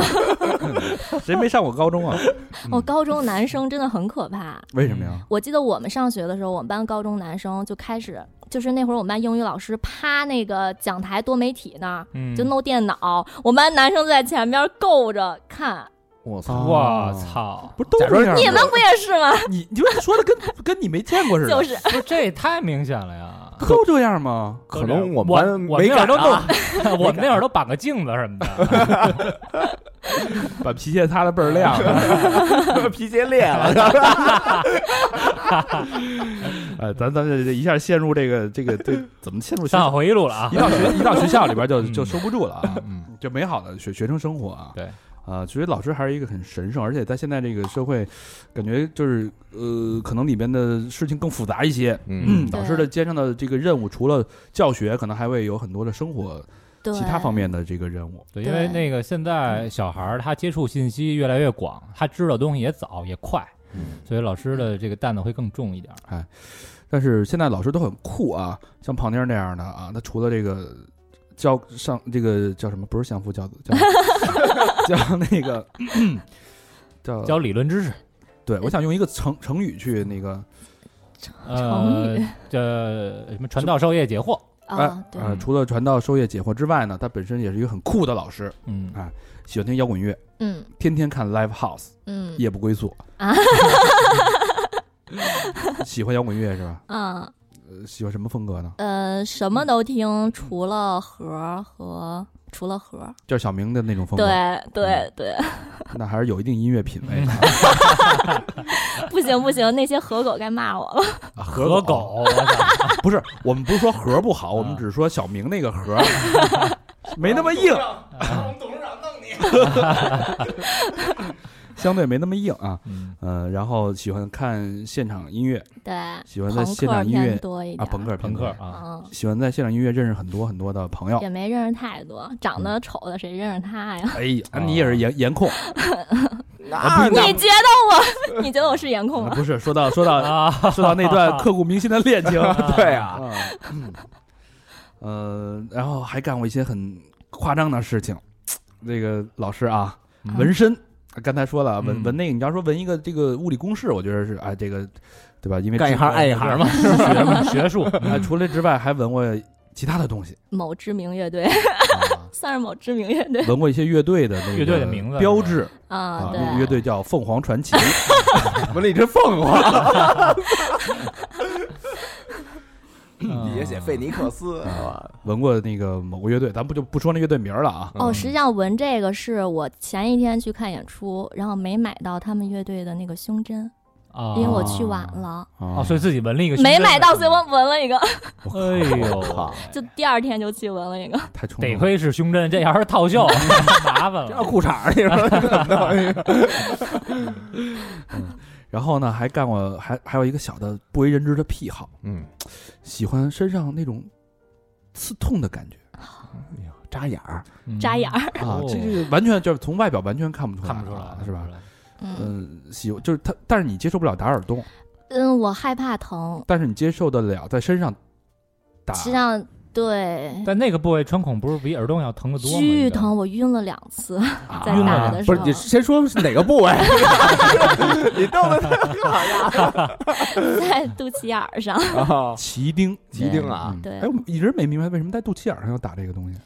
Speaker 2: 是？ [LAUGHS] 谁没上过高中啊？
Speaker 4: 嗯
Speaker 5: 哦，高中男生真的很可怕。
Speaker 2: 为什么呀？
Speaker 5: 我记得我们上学的时候，我们班高中男生就开始，就是那会儿我们班英语老师趴那个讲台多媒体那儿
Speaker 4: 嗯
Speaker 5: 就弄电脑，我们班男生在前面够着看，
Speaker 3: 我操！
Speaker 4: 我操！
Speaker 2: 不是都
Speaker 3: 假
Speaker 2: 这
Speaker 3: 装
Speaker 2: 样吗？
Speaker 5: 你们不也是吗？
Speaker 2: 你你就说的跟跟你没见过似的，
Speaker 5: 就是
Speaker 4: 不是，这也太明显了呀！
Speaker 2: 都这样吗？
Speaker 3: 可能
Speaker 4: 我
Speaker 3: 我们
Speaker 4: 我
Speaker 3: 没
Speaker 4: 那会
Speaker 3: 敢
Speaker 4: 儿都
Speaker 3: 啊
Speaker 4: 弄，
Speaker 3: [LAUGHS]
Speaker 4: 我们那会儿都绑个镜子什么的， [LAUGHS]
Speaker 2: 把皮鞋擦的倍儿亮。
Speaker 3: 皮鞋裂了，
Speaker 2: [LAUGHS] 哎，咱咱这这一下陷入这个这个这怎么陷入学
Speaker 4: 三好回忆录了
Speaker 2: [LAUGHS]
Speaker 4: 啊
Speaker 2: 一！到学一到学校里边就就
Speaker 4: 嗯
Speaker 2: 收不住了 [LAUGHS] 啊！
Speaker 4: 嗯，
Speaker 2: 就美好的学学生生活啊，
Speaker 4: 对，
Speaker 2: 啊，所以老师还是一个很神圣，而且在现在这个社会，感觉就是呃，可能里边的事情更复杂一些。
Speaker 3: 嗯，
Speaker 5: 对
Speaker 2: 老师的肩上的这个任务，除了教学，可能还会有很多的生活
Speaker 5: 对，
Speaker 2: [LAUGHS] 其他方面的这个任务。
Speaker 4: 对，因为
Speaker 5: 对
Speaker 4: 那个现在小孩儿他接触信息越来越广，他知道东西也早也快，
Speaker 3: 嗯
Speaker 4: 所以老师的这个担子会更重一点儿。
Speaker 2: 但是现在老师都很酷啊，像胖丁那样的啊，他除了这个教上这个叫什么，不是相夫教子，叫叫 [LAUGHS] 那个 [CLEARS THROAT]
Speaker 3: 呃
Speaker 2: 叫
Speaker 4: 教理论知识，
Speaker 2: 对，我想用一个成成语去那个
Speaker 4: 呃，这什么传道授业解惑，
Speaker 2: 哎
Speaker 5: 啊，对，
Speaker 2: 呃，除了传道授业解惑之外呢，他本身也是一个很酷的老师，
Speaker 4: 嗯
Speaker 2: 啊喜欢听摇滚乐，
Speaker 5: 嗯
Speaker 2: 天天看 live house，
Speaker 5: 嗯
Speaker 2: 夜不归宿
Speaker 5: 啊。
Speaker 2: 喜欢摇滚乐是吧？
Speaker 5: 嗯
Speaker 2: 呃喜欢什么风格呢？
Speaker 5: 呃，什么都听，除了盒儿和除了盒儿，
Speaker 2: 就是小明的那种风格，
Speaker 5: 对对
Speaker 2: 嗯
Speaker 5: 对， [LAUGHS]
Speaker 2: 那还是有一定音乐品
Speaker 4: [LAUGHS]
Speaker 2: 味的。
Speaker 5: 不行不行，那些河狗该骂我了。 [LAUGHS]
Speaker 2: 啊
Speaker 4: 河狗，我操
Speaker 2: 不是，我们不是说盒不
Speaker 5: 嗯
Speaker 2: 好，我们
Speaker 4: 啊
Speaker 2: 只是说小明那个
Speaker 5: [LAUGHS]
Speaker 2: 盒没那么硬，相对没那么硬啊。
Speaker 4: 嗯
Speaker 2: 嗯，然后喜欢看现场音乐，
Speaker 5: 对，
Speaker 2: 喜欢在
Speaker 5: 朋
Speaker 2: 现
Speaker 5: 克
Speaker 2: 场音乐
Speaker 5: 偏多一点
Speaker 2: 啊，朋克
Speaker 4: 朋克啊，
Speaker 5: 嗯，
Speaker 2: 喜欢在现场音乐认识很多很多的朋友
Speaker 5: 也。没认识太多，长
Speaker 2: 嗯
Speaker 5: 得丑的谁认识他呀？
Speaker 2: 哎
Speaker 4: 哦
Speaker 2: 呀，你也是颜颜
Speaker 4: [LAUGHS]
Speaker 2: 控，
Speaker 3: 那
Speaker 5: 你觉得我？ [LAUGHS] 你觉得我是颜控吗？
Speaker 2: 啊不是？说到说到
Speaker 4: [LAUGHS] 啊，
Speaker 2: 说到那段刻骨铭心的恋情，
Speaker 3: [LAUGHS] 对啊，
Speaker 2: [LAUGHS] 啊，嗯呃，然后还干过一些很夸张的事情。这个老师啊，
Speaker 4: 嗯
Speaker 2: 纹身，刚才说了，啊纹
Speaker 4: 嗯
Speaker 2: 纹那个，你要说纹一个这个物理公式，我觉得是哎，这个对吧？因为
Speaker 3: 干一行爱一行嘛。
Speaker 4: 学嘛
Speaker 3: [LAUGHS]
Speaker 4: 学术，
Speaker 2: 啊，除了之外还纹过其他的东西，
Speaker 5: 某知名乐队，
Speaker 2: 啊
Speaker 5: [LAUGHS] 算是某知名乐队
Speaker 2: 纹过一些乐队的那个
Speaker 4: 乐队的名字
Speaker 2: 标志
Speaker 5: 啊
Speaker 2: 啊，，
Speaker 5: 对
Speaker 2: 那个乐队叫凤凰传奇。
Speaker 3: 纹了一只凤凰，
Speaker 4: 底
Speaker 3: 底下写费尼克斯，啊
Speaker 2: 闻过那个某个乐队，咱不就不说那乐队名儿了啊。
Speaker 5: 哦，实际上纹这个是我前一天去看演出，然后没买到他们乐队的那个胸针，
Speaker 4: 啊，
Speaker 3: 哎
Speaker 5: 因为我去晚了，
Speaker 2: 啊
Speaker 4: 哦，所以自己纹了一个胸
Speaker 5: 没
Speaker 4: 针
Speaker 5: 买
Speaker 4: 是
Speaker 5: 到，
Speaker 4: 吧
Speaker 5: 所以我纹了一个， [LAUGHS]
Speaker 4: 哎呦
Speaker 3: 我靠，
Speaker 5: 就第二天就去纹了一个。
Speaker 2: 啊
Speaker 4: 嗯
Speaker 2: 太冲动了
Speaker 4: 得亏是胸针，这要是套袖麻烦
Speaker 3: 嗯这
Speaker 4: 了。
Speaker 3: 裤衩儿，你说这怎么弄？
Speaker 2: 然后呢，还干过还还有一个小的不为人知的癖好，
Speaker 3: 嗯，
Speaker 2: 喜欢身上那种刺痛的感觉
Speaker 3: 扎眼儿，
Speaker 4: 嗯
Speaker 5: 扎眼儿，
Speaker 2: 啊
Speaker 4: 哦，
Speaker 2: 这个完全就是从外表完全看不出来，啊
Speaker 4: 看不出来啊
Speaker 2: 是吧？
Speaker 4: 看不出来
Speaker 5: 嗯，
Speaker 2: 嗯，喜就是他，但是你接受不了打耳洞，
Speaker 5: 嗯，我害怕疼，
Speaker 2: 但是你接受得了在身上
Speaker 4: 啊
Speaker 2: 打，
Speaker 5: 实际上对，
Speaker 4: 但那个部位穿孔不是比耳洞要疼得多吗？你
Speaker 5: 巨
Speaker 4: 知道
Speaker 5: 疼，
Speaker 4: 吗！
Speaker 5: 我晕了两
Speaker 4: [LAUGHS]
Speaker 5: 次，
Speaker 2: 啊
Speaker 5: 在打的
Speaker 3: 不
Speaker 5: 时候
Speaker 3: 是，你先说是哪个部位？ [LAUGHS] 你逗的好呀！
Speaker 5: 在肚脐眼儿上，
Speaker 3: 啊，
Speaker 2: 骑钉，
Speaker 3: 急丁啊，
Speaker 2: 嗯
Speaker 5: 对
Speaker 2: 哎，我一直没明白为什么在肚脐眼上要打这个东西。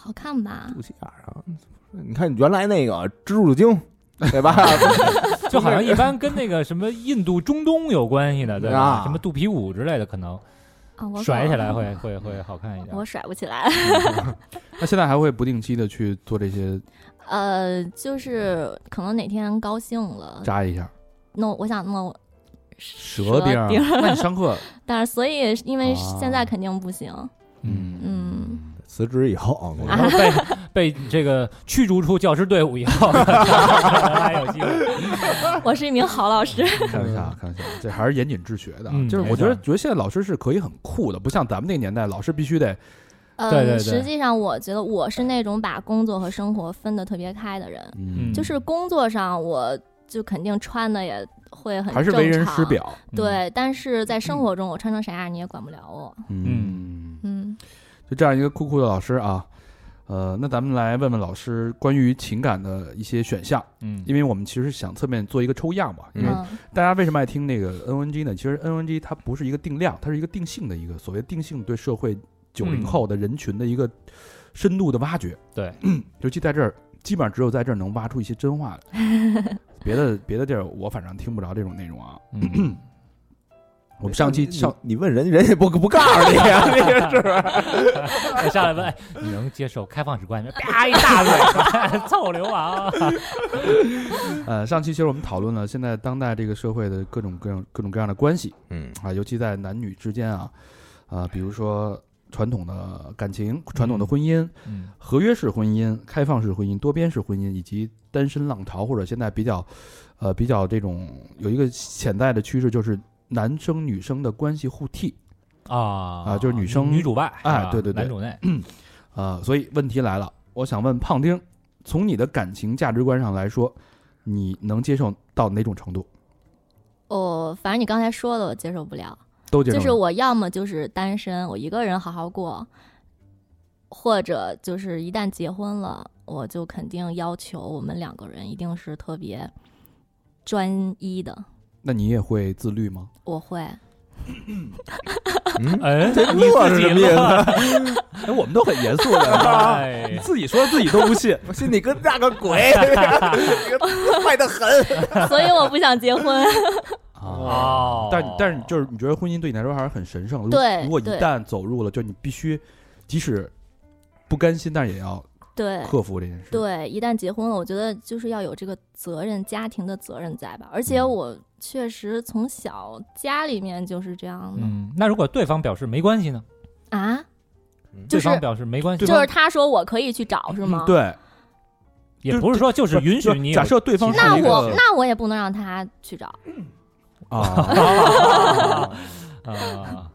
Speaker 5: 好看吧？
Speaker 3: 肚脐眼儿啊，你看原来那个蜘蛛精，对吧？
Speaker 4: 就好像一般跟那个什么印度、中东有关系的，对吧？
Speaker 3: 啊
Speaker 4: 什么肚皮舞之类的，可能
Speaker 5: 啊，我
Speaker 4: 甩起
Speaker 5: 搞
Speaker 4: 来会会会好看一点
Speaker 5: 我。甩不起来，
Speaker 2: 那现在还会不定期的去做这些
Speaker 5: 呃，就是可能哪天高兴了，
Speaker 2: 扎一下
Speaker 5: 弄我想弄
Speaker 2: 蛇钉儿啊
Speaker 5: 钉，儿，
Speaker 2: 那你上 [LAUGHS] 课，
Speaker 5: [LAUGHS] 但是所以因为
Speaker 2: 啊
Speaker 5: 现在肯定不行，
Speaker 4: 嗯，
Speaker 5: 嗯，
Speaker 3: 辞职以后，
Speaker 4: [LAUGHS] 然后被被这个驱逐出教师队伍以 [LAUGHS] 后，还有机会。
Speaker 5: 我是一名好
Speaker 2: [LAUGHS]
Speaker 5: 老师，
Speaker 2: 开玩笑啊，开玩笑，这还是严谨治学的啊。
Speaker 4: 嗯
Speaker 2: 就是
Speaker 4: 没
Speaker 2: 我觉
Speaker 4: 错
Speaker 2: 得，觉得现在老师是可以很酷的，不像咱们那个年代，老师必须得
Speaker 5: 嗯，
Speaker 4: 对对对
Speaker 5: 实际上我觉得我是那种把工作和生活分得特别开的人，
Speaker 4: 嗯
Speaker 5: 就是工作上我就肯定穿的也会很
Speaker 2: 还是
Speaker 5: 正
Speaker 2: 为人
Speaker 5: 常
Speaker 2: 师。表。
Speaker 5: 对，但是在生活中我穿成啥样你也管不了我。
Speaker 2: 嗯，
Speaker 5: 嗯，
Speaker 2: 就这样一个酷酷的老师啊。呃，那咱们来问问老师关于情感的一些选项，
Speaker 4: 嗯，
Speaker 2: 因为我们其实想侧面做一个抽样嘛，因为
Speaker 5: 嗯
Speaker 2: 大家为什么爱听那个 NNG 呢？其实 NNG 它不是一个定量，它是一个定性的一个所谓定性对社会九零
Speaker 4: 嗯
Speaker 2: 后的人群的一个深度的挖掘。
Speaker 4: 对，
Speaker 2: [CLEARS THROAT] 尤其在这儿，基本上只有在这儿能挖出一些真话来，别的别的地儿我反正听不着这种内容啊。
Speaker 4: 嗯 [COUGHS]
Speaker 2: 我们上期
Speaker 3: 你
Speaker 2: 上
Speaker 3: 你问人，人也不不告诉你，那个是吧
Speaker 4: 我上来问，哎你能接受开放式 [LAUGHS] 关系吗？啪一大嘴巴， [LAUGHS] 臭流氓！
Speaker 2: 呃上期其实我们讨论了现在当代这个社会的各种各样各种各样的关系
Speaker 3: 嗯
Speaker 2: 啊，尤其在男女之间啊啊，比如说传统的感情、传统的婚姻。
Speaker 4: 嗯
Speaker 2: 合约式婚姻、开放式婚姻、多边式婚姻以及单身浪潮，或者现在比较，呃，比较这种有一个潜在的趋势，就是男生女生的关系互替
Speaker 4: 啊
Speaker 2: 啊就是女生
Speaker 4: 女主外，
Speaker 2: 哎
Speaker 4: 是吧
Speaker 2: 对对对
Speaker 4: 男
Speaker 2: [LAUGHS]
Speaker 4: 主内，
Speaker 2: 啊、所以问题来了，我想问胖丁，从你的感情价值观上来说，你能接受到哪种程度？
Speaker 5: 我哦反正你刚才说的我接受不了，
Speaker 2: 都接受
Speaker 5: 就
Speaker 2: 吗？
Speaker 5: 是我要么就是单身，我一个人好好过，或者就是一旦结婚了，我就肯定要求我们两个人一定是特别专一的。
Speaker 2: 那你也会自律吗？
Speaker 5: 我会，
Speaker 2: [LAUGHS]
Speaker 3: 嗯，
Speaker 4: 哎，
Speaker 3: 这乐是什么意思？
Speaker 2: 哎，我们都很严肃
Speaker 4: [LAUGHS]
Speaker 2: 的，
Speaker 4: 哎
Speaker 2: [LAUGHS] 自己说自己都不 [LAUGHS] 信。
Speaker 3: 我心里跟大个鬼，坏的很。
Speaker 5: 所以我不想结婚。 [LAUGHS]
Speaker 2: 啊
Speaker 4: 哦，
Speaker 2: 但但是就是你觉得婚姻对你来说还是很神圣的。如
Speaker 5: 对
Speaker 2: 如果一
Speaker 5: 对
Speaker 2: 旦走入了，就你必须，即使不甘心，但是也要
Speaker 5: 对
Speaker 2: 克服这件事。，
Speaker 5: 对，一旦结婚了，我觉得就是要有这个责任，家庭的责任在吧？而且
Speaker 2: 嗯
Speaker 5: 我确实从小家里面就是这样的、
Speaker 4: 嗯，那如果对方表示没关系呢？
Speaker 5: 啊，就
Speaker 4: 对
Speaker 5: 是
Speaker 4: 方表示没关系，
Speaker 5: 就是他说我可以去找是吗？
Speaker 2: 嗯，对，
Speaker 4: 也不是说就是允许你有
Speaker 2: 假设 [LAUGHS] 对方是
Speaker 5: 那
Speaker 2: 一
Speaker 5: 我
Speaker 2: 个
Speaker 5: 那我也不能让他去找。
Speaker 2: 啊， [LAUGHS]
Speaker 4: [LAUGHS] 啊，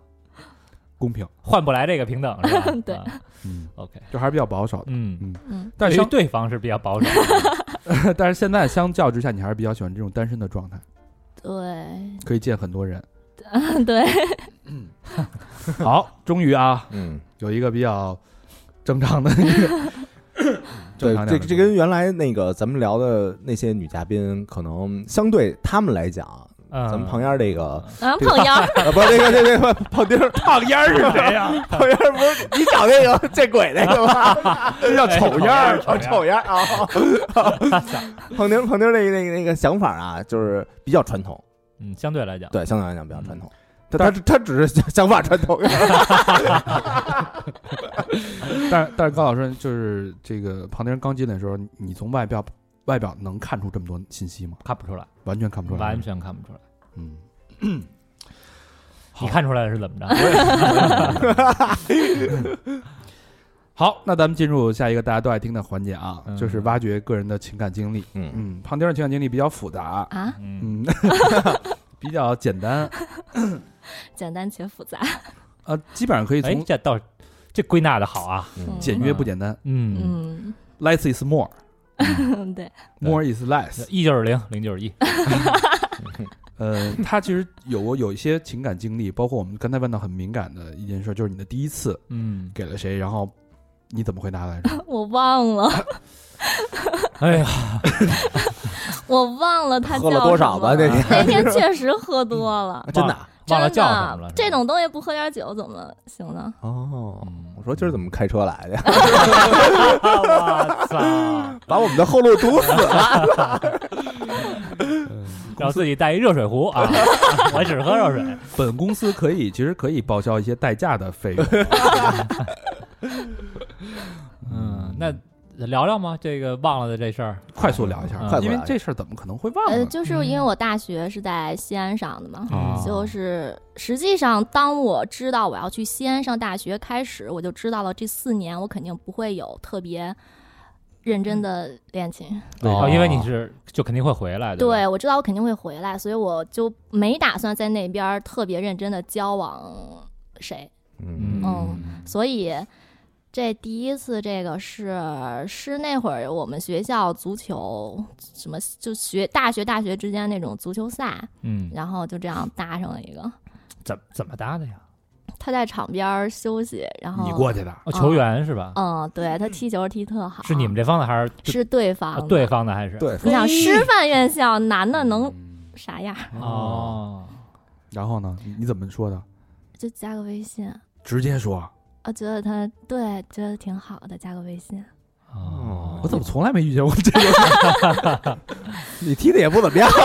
Speaker 2: 公平，
Speaker 4: 换不来这个平等
Speaker 2: [LAUGHS]
Speaker 4: 是吧？
Speaker 5: 对
Speaker 4: 啊
Speaker 2: 嗯，
Speaker 4: ，OK，
Speaker 2: 就还是比较保守的。 [LAUGHS]
Speaker 4: 嗯，
Speaker 5: 嗯，
Speaker 2: 但是
Speaker 4: 对于
Speaker 2: 相
Speaker 4: 对方是比较保守的，
Speaker 2: 但是现在相较之下，你还是比较喜欢这种单身的状态，
Speaker 5: 对
Speaker 2: 可以见很多人。
Speaker 3: [LAUGHS]
Speaker 5: [LAUGHS] 对，
Speaker 2: 嗯 [LAUGHS] 好，终于啊，
Speaker 3: 嗯，
Speaker 2: 有一个比较正常 [LAUGHS] 的一个正
Speaker 3: 对
Speaker 2: 常，点的
Speaker 3: 这这跟原来那个咱们聊的那些女嘉宾，可能相对他们来讲，
Speaker 4: 嗯，
Speaker 3: 咱们旁边这个
Speaker 5: 啊，碰腰儿，
Speaker 3: 啊，不，那个那个胖丁胖烟是谁
Speaker 4: 啊
Speaker 3: 呀？胖烟 [LAUGHS] 不是你找那个见鬼那个 [LAUGHS] 吗？这叫
Speaker 4: 丑烟儿丑烟儿
Speaker 3: 丑烟儿啊！ [LAUGHS] 胖丁胖丁那个那个那个想法啊，就是比较传统，
Speaker 4: 嗯，相对来讲，
Speaker 3: 对，相对来讲比较传统。他他他只是想 [LAUGHS] 法传统，
Speaker 2: 但但是高老师就是这个旁边刚进来的时候，你从外表外表能看出这么多信息吗？
Speaker 4: 看不出来，
Speaker 2: 完全看不出来，
Speaker 4: 完全看不出来。
Speaker 2: 嗯，
Speaker 4: 你看出来是怎么着？
Speaker 2: 好，那咱们进入下一个大家都爱听的环节啊，
Speaker 4: 嗯
Speaker 2: 就是挖掘个人的情感经历。
Speaker 3: 嗯，
Speaker 2: 嗯，胖丁的情感经历比较复杂，
Speaker 5: [LAUGHS] 啊，
Speaker 2: 嗯，
Speaker 4: 嗯，
Speaker 2: [LAUGHS] 比较简单，
Speaker 5: 简单且复杂。
Speaker 2: 呃，基本上可以
Speaker 4: 哎
Speaker 2: 从，
Speaker 4: 这倒这归纳的好啊，
Speaker 3: 嗯
Speaker 2: 简约不简单
Speaker 4: 嗯，
Speaker 5: 嗯，
Speaker 2: ，less is more，more
Speaker 5: 对，
Speaker 2: is less，
Speaker 4: 一就是零，零就是一，
Speaker 2: 呃，他其实有过有一些情感经历，包括我们刚才问到很敏感的一件事，就是你的第一次
Speaker 4: 嗯，
Speaker 2: [LAUGHS] 给了谁，然后你怎么回答来着？
Speaker 5: 我忘了，
Speaker 4: 哎呀，
Speaker 5: 我忘了他叫
Speaker 3: 喝了多少
Speaker 5: 什
Speaker 3: 吧
Speaker 5: 么
Speaker 3: 那天 [LAUGHS]
Speaker 5: 了那天确实喝多了，
Speaker 3: 真的啊
Speaker 4: 忘了
Speaker 5: 真
Speaker 4: 叫什么
Speaker 5: 的
Speaker 4: 了，，
Speaker 5: 这种东西不喝点酒怎么行呢？
Speaker 3: 哦。
Speaker 4: 嗯，
Speaker 3: 我说今儿怎么开车来的呀？ [LAUGHS]
Speaker 4: 啊我操！
Speaker 3: 把我们的后路堵死了。 [LAUGHS]
Speaker 4: 然后自己带一热水壶啊， [LAUGHS] 我只喝热水。
Speaker 2: 本公司可以其实可以报销一些代驾的费用，
Speaker 4: 嗯，那聊聊吗？这个忘了的这事儿，
Speaker 2: 快速聊一下 [LAUGHS]
Speaker 4: 嗯，
Speaker 2: 因为这事儿怎么可能会忘
Speaker 5: 呃，
Speaker 2: 呢？
Speaker 5: 就是
Speaker 3: 嗯
Speaker 5: 因为我大学是在西安上的嘛，
Speaker 2: 啊
Speaker 3: 哦
Speaker 5: [LAUGHS]
Speaker 4: 嗯
Speaker 5: 就是实际上当我知道我要去西安上大学开始，我就知道了这四年我肯定不会有特别认
Speaker 3: 嗯
Speaker 5: 真的恋情。
Speaker 4: 哦，因为你是就肯定会回来的。
Speaker 5: 对，我知道我肯定会回来，所以我就没打算在那边儿特别认真的交往谁。
Speaker 3: 嗯，
Speaker 4: 嗯，
Speaker 5: 所以这第一次这个是是那会儿我们学校足球什么就学大学大学之间那种足球赛，
Speaker 4: 嗯，
Speaker 5: 然后就这样搭上了一个。
Speaker 4: 怎怎么搭的呀？
Speaker 5: 他在场边儿休息，然后
Speaker 2: 你过去的，
Speaker 4: 哦，球员是吧？
Speaker 5: 嗯，对他踢球踢特好，
Speaker 4: 是你们这方的还是
Speaker 5: 是对方
Speaker 4: 啊
Speaker 5: 的
Speaker 4: 对，哎方的还是？
Speaker 3: 对，
Speaker 5: 你想师范院校男的能啥样？
Speaker 4: 哦，
Speaker 2: 嗯然后呢？你你怎么说的？
Speaker 5: 就加个微信，
Speaker 2: 直接说，
Speaker 5: 我呃觉得他对，觉得挺好的，加个微信。
Speaker 4: 哦，
Speaker 2: 我怎么从来没遇见过这个？
Speaker 3: 你踢的也不怎么样。 [LAUGHS]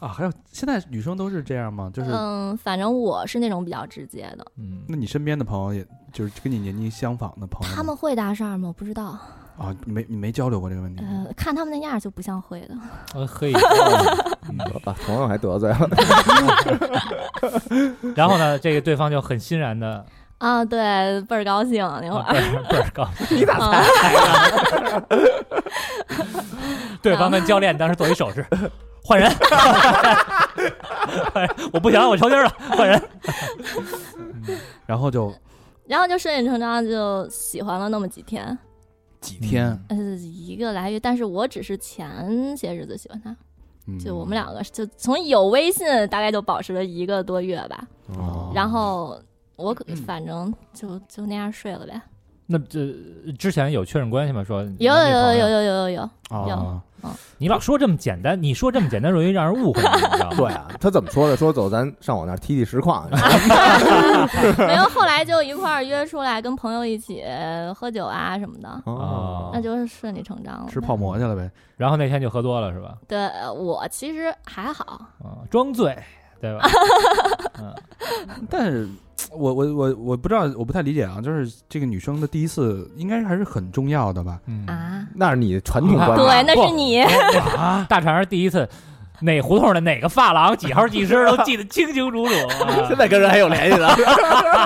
Speaker 2: 啊，还有现在女生都是这样吗？就是，
Speaker 5: 嗯，反正我是那种比较直接的。
Speaker 4: 嗯
Speaker 2: 那你身边的朋友也，就是跟你年纪相仿的朋友呢，
Speaker 5: 他们会搭讪吗？我不知道，
Speaker 2: 啊，你没你没交流过这个问题，
Speaker 5: 呃，看他们那样就不像会的。
Speaker 4: 呃嘿，
Speaker 3: 把朋友还得罪了。
Speaker 4: [LAUGHS] 然后呢，这个对方就很欣然的，
Speaker 5: 啊，对，倍儿高兴那
Speaker 2: 哦
Speaker 4: 啊
Speaker 5: 会儿。啊
Speaker 4: 倍儿倍儿高兴，
Speaker 5: 你咋才？
Speaker 4: 对方跟教练当时做一手势，换人， [LAUGHS] 我不行，我抽筋了，换人。
Speaker 2: 然后就
Speaker 5: [LAUGHS] 然后就顺理成章就喜欢了那么几天，
Speaker 2: 几天，
Speaker 4: 嗯
Speaker 5: 呃，一个来月。但是我只是前些日子喜欢他，
Speaker 2: 嗯
Speaker 5: 就我们两个就从有微信大概就保持了一个多月吧，
Speaker 2: 哦嗯
Speaker 5: 然后我可反正就就那样睡了呗。
Speaker 4: 那这之前有确认关系吗？说
Speaker 5: 有有有有，有有有有，
Speaker 2: 啊
Speaker 5: 有，
Speaker 4: 你老说这么简单，你说这么简单容易让人误会，你知道吗？
Speaker 3: 对啊，他怎么说的？说走，咱上我那儿踢踢实 [LAUGHS] 况。
Speaker 5: 没有后来就一块儿约出来跟朋友一起喝酒啊什么的，
Speaker 4: 哦
Speaker 5: 那就是顺理成章了呗。
Speaker 2: 哦吃泡馍去了呗，
Speaker 4: 然后那天就喝多了是吧？
Speaker 5: 对呃我其实还好，
Speaker 4: 啊，装醉，对
Speaker 5: [LAUGHS]
Speaker 4: 吧？嗯，
Speaker 2: 但是。我我我我不知道，我不太理解啊，就是这个女生的第一次，应该还是很重要的
Speaker 4: [LAUGHS]
Speaker 2: 吧？
Speaker 4: 嗯
Speaker 5: 啊，
Speaker 3: 那是你传统观
Speaker 5: 对，
Speaker 3: 念，
Speaker 5: 那是你。
Speaker 2: [LAUGHS] 哦
Speaker 4: [LAUGHS] 啊！大肠第一次，哪胡同的哪个发廊几号技师都记得清清
Speaker 2: [LAUGHS]
Speaker 4: 楚楚。啊
Speaker 3: 在跟人还有联系的。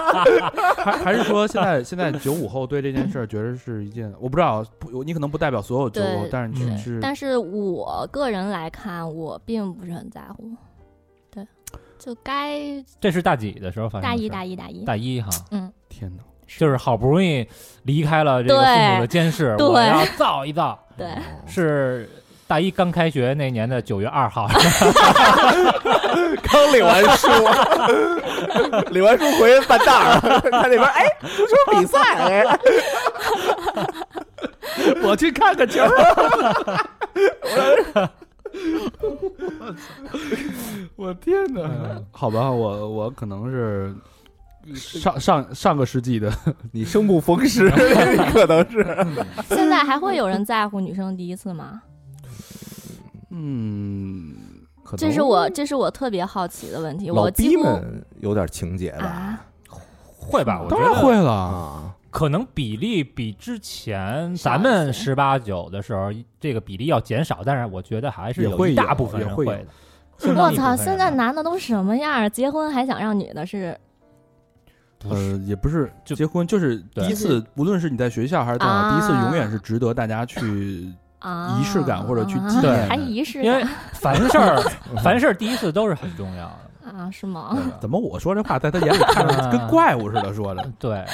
Speaker 2: 还还是说现在现在九五后对这件事儿觉得是一件，我不知道，不，你可能不代表所有九五后
Speaker 5: 对，
Speaker 2: 但是你
Speaker 5: 对
Speaker 2: 是
Speaker 5: 但是我个人来看，我并不是很在乎。对，就该
Speaker 4: 这是大几的时候发生的
Speaker 5: 大一
Speaker 4: 事？
Speaker 5: 大一大一。
Speaker 4: 大一哈，
Speaker 2: 天
Speaker 4: [LAUGHS]
Speaker 2: 哪，
Speaker 4: 就是好不容易离开了这个
Speaker 5: 对
Speaker 4: 父母的监视，
Speaker 5: 对
Speaker 4: 我要造一
Speaker 2: [LAUGHS]
Speaker 4: 造。
Speaker 3: [LAUGHS]
Speaker 5: 对，
Speaker 3: 哦
Speaker 4: 是大一刚开学那年的九月二号，
Speaker 3: 刚领完书，领完书回半道儿，他那边哎，足球比赛哎了，
Speaker 2: [LAUGHS] 我去看看球。我天
Speaker 4: 嗯
Speaker 2: 哪！好吧，我我可能是上上上个世
Speaker 4: [LAUGHS]
Speaker 2: 纪的，
Speaker 3: 你生不逢时， [LAUGHS] 你可能是
Speaker 5: 现在还会有人在乎女生第一次吗？
Speaker 2: 嗯，
Speaker 3: 可能
Speaker 5: 这是我这是我特别好奇的问题。
Speaker 3: 老
Speaker 5: 我
Speaker 3: 逼
Speaker 5: 几乎
Speaker 3: 们有点情节吧？
Speaker 5: 啊，
Speaker 4: 会吧？我觉
Speaker 2: 当然
Speaker 4: 得
Speaker 2: 会，了。
Speaker 3: 啊，
Speaker 4: 可能比例比之前
Speaker 5: 少
Speaker 4: 咱
Speaker 5: 一
Speaker 4: 们
Speaker 5: 些
Speaker 4: 十八九的时候这个比例要减少，但是我觉得还是
Speaker 2: 也
Speaker 4: 有
Speaker 2: 会
Speaker 4: 一大
Speaker 2: 有
Speaker 4: 部分
Speaker 2: 也
Speaker 4: 人
Speaker 2: 会
Speaker 4: 会
Speaker 2: 有
Speaker 4: 的。
Speaker 5: 我操！现在男的都什么样儿？结婚还想让女的是
Speaker 4: 不是
Speaker 2: 呃，也不是
Speaker 4: 就
Speaker 2: 结婚，就是第一次，无论是你在学校还是在哪，
Speaker 5: 啊
Speaker 2: 第一次永远是值得大家
Speaker 4: [LAUGHS]
Speaker 2: 去
Speaker 5: 啊
Speaker 2: 仪式感或者去
Speaker 5: 啊
Speaker 2: 纪念
Speaker 5: 还仪式
Speaker 4: 因为
Speaker 5: 感
Speaker 4: 凡事儿 [LAUGHS] 凡事儿第一次都是很重要的。
Speaker 5: 啊？是吗？ [LAUGHS]
Speaker 4: 对吧 [LAUGHS]
Speaker 2: 怎么我说这话在他眼里看着跟怪物似的说的。
Speaker 4: 对，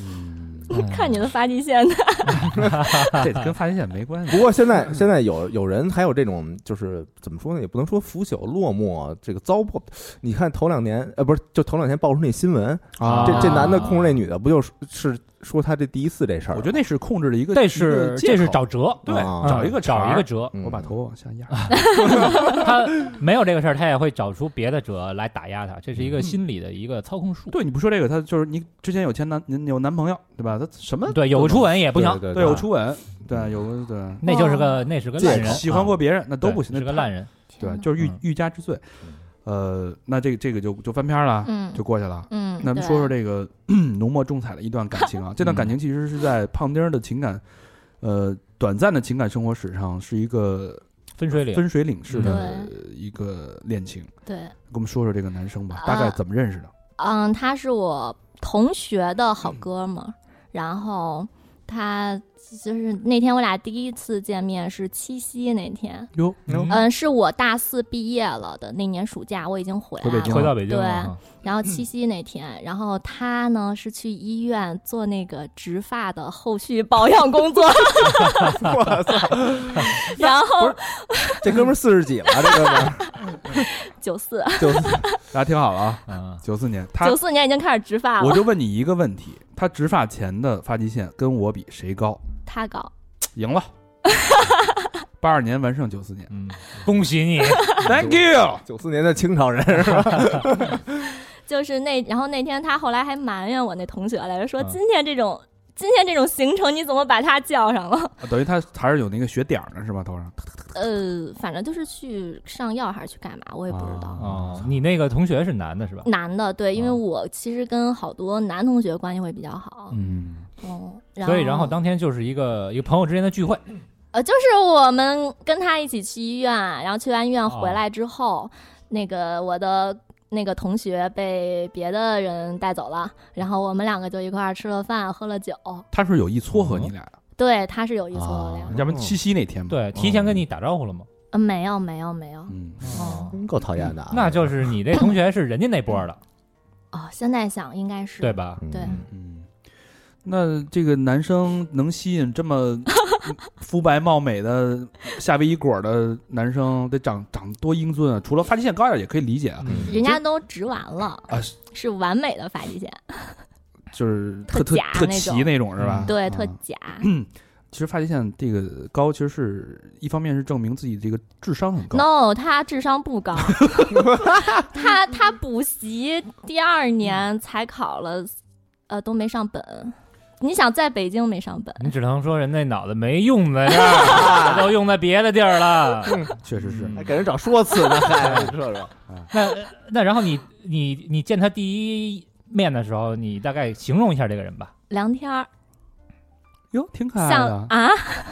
Speaker 2: 嗯，
Speaker 5: 看你的发际线的，
Speaker 2: [LAUGHS]
Speaker 4: [LAUGHS]
Speaker 2: 这跟发际线没关系。
Speaker 3: 不过现在现在有有人还有这种，就是怎么说呢，也不能说腐朽落寞，这个糟粕。你看头两年，呃，不是，就头两天爆出那新闻，
Speaker 2: [LAUGHS] 啊啊
Speaker 3: 这这男的控制那女的，不就是是说他这第一次这事儿？
Speaker 2: 我觉得那是控制了一个，
Speaker 4: 这
Speaker 2: 一
Speaker 4: 是
Speaker 2: 个
Speaker 4: 这
Speaker 2: 借
Speaker 4: 是
Speaker 2: 口
Speaker 4: 找辙，嗯
Speaker 2: 对
Speaker 3: 啊
Speaker 2: 找一个茬
Speaker 4: 找一
Speaker 2: 儿
Speaker 4: 个辙，
Speaker 3: 嗯
Speaker 2: 我把头往下压，
Speaker 4: 他没有这个事儿，他也会找出别的辙来打压他，这是一个心理的一个操控术。
Speaker 2: 对，你不说这个，他就是你之前有前男有男朋友，对吧？他什么
Speaker 4: 对，有个初吻也不行，
Speaker 3: 对
Speaker 2: 对有初吻，对有个对
Speaker 4: 那就是个那是个烂人，啊嗯
Speaker 2: 喜欢过别人那都不行，那
Speaker 4: 对是个
Speaker 2: 太
Speaker 4: 烂人。
Speaker 2: 对，就是欲
Speaker 4: 嗯
Speaker 2: 欲加之罪。呃，那这个这个就就翻篇儿了，
Speaker 5: 嗯
Speaker 2: 就过去了。
Speaker 5: 嗯，
Speaker 2: 那么
Speaker 5: 对
Speaker 2: 说说这个 [CLEARS THROAT] 浓墨重彩的一段感
Speaker 4: [LAUGHS]
Speaker 2: 情啊，这段
Speaker 4: 嗯
Speaker 2: 感情其实是在胖丁儿的情感，呃，短暂的情感生活史上是一个
Speaker 4: 分水岭，
Speaker 2: 分水岭式的一个恋情。
Speaker 5: 对，
Speaker 2: 跟我们说说这个男生
Speaker 5: 啊
Speaker 2: 吧，大概怎么认识的？
Speaker 5: 嗯，他是我同学的好哥们儿，然后他就是那天我俩第一次见面是七夕那天，
Speaker 2: 哟，
Speaker 3: 嗯
Speaker 5: 嗯，是我大四毕业了的那年暑假，我已经回
Speaker 2: 回
Speaker 5: 来
Speaker 2: 北京嗯
Speaker 5: 了，
Speaker 4: 回到北京了哈，
Speaker 5: 然后七夕那天，然后他呢是去医院做那个植发的后续保养
Speaker 2: [LAUGHS]
Speaker 5: 工作，
Speaker 3: 我操，
Speaker 5: 然后
Speaker 3: 这哥们四十几了，这哥们儿
Speaker 5: 九四
Speaker 3: 就
Speaker 2: 大家听好了啊，
Speaker 4: 嗯，
Speaker 2: 九四年，他
Speaker 5: 九四年已经开始植发
Speaker 2: 我
Speaker 5: 了，
Speaker 2: 就问你一个问题，他植发前的发际线跟我比谁高？
Speaker 5: 他搞
Speaker 2: 赢
Speaker 5: [LAUGHS]
Speaker 2: 了，八二年完胜九四年 [LAUGHS]
Speaker 4: 嗯，恭喜你，
Speaker 2: ，Thank you。
Speaker 3: [LAUGHS] 九四年的清朝人是吧？
Speaker 5: 就是那，然后那天他后来还埋怨我那同学来着，说
Speaker 4: 嗯
Speaker 5: 今天这种。今天这种行程你怎么把他叫
Speaker 4: [LAUGHS]
Speaker 5: 上了？
Speaker 2: 啊等于他还是有那个血点儿呢，是吧？头上
Speaker 5: 呃，反正就是去上药还是去干嘛，我也不知道。
Speaker 2: 啊
Speaker 4: 哦，你那个同学是男的是吧？
Speaker 5: 男的，对，因为
Speaker 4: 啊
Speaker 5: 我其实跟好多男同学关系会比较好。
Speaker 2: 嗯，
Speaker 5: 嗯，
Speaker 4: 所以然后当天就是一个一个朋友之间的聚会，
Speaker 5: 呃，就是我们跟他一起去医院，然后去完医
Speaker 4: 哦
Speaker 5: 院回来之后，那个我的那个同学被别的人带走了，然后我们两个就一块儿吃了饭，喝了酒。
Speaker 2: 他是不是有意撮合你俩的，
Speaker 5: 对，他是有一
Speaker 4: 哦
Speaker 5: 撮
Speaker 2: 啊
Speaker 5: 量，
Speaker 2: 要不然七夕那天吧。哦
Speaker 4: 对，提前跟你打招呼了吗？
Speaker 5: 呃，没有，没有，没有。
Speaker 2: 嗯，
Speaker 4: 哦，
Speaker 3: [LAUGHS] 够讨厌的啊，
Speaker 4: 那就是你这同学是人家那波的，
Speaker 5: 哦，现在想应该是
Speaker 4: 对？吧？
Speaker 3: 嗯
Speaker 5: 对
Speaker 2: 嗯，那这个男生能吸引这么 [LAUGHS] 肤白貌美的夏威夷果的男生，得长长多英俊啊！除了发际线高点儿也可以理解啊，
Speaker 4: 嗯
Speaker 5: 人家都植完了，
Speaker 2: 啊
Speaker 5: 是完美的发际线，
Speaker 2: 就是特
Speaker 5: 特
Speaker 2: 特
Speaker 5: 假
Speaker 2: 特
Speaker 5: 那
Speaker 2: 齐
Speaker 5: 种
Speaker 2: 那种是吧？
Speaker 4: 嗯
Speaker 5: 对，
Speaker 2: 啊
Speaker 5: 特假。
Speaker 2: 其实发际线这个高，其实是一方面是证明自己这个智商很高。
Speaker 5: No，他智商
Speaker 4: [LAUGHS]
Speaker 5: 不高，他他补习第二年才考了，呃，都没上本。你想在北京没上本，
Speaker 4: 你只能说人那脑子没用在这儿，都用在别的地儿了。
Speaker 2: 确实是，
Speaker 3: 哎还给人找说辞 [LAUGHS] 呢，哎还这是
Speaker 4: 那那然后你你你见他第一面的时候，你大概形容一下这个人吧，
Speaker 5: 梁天儿
Speaker 2: 哟，挺可爱
Speaker 5: 像
Speaker 2: 的。
Speaker 5: 啊，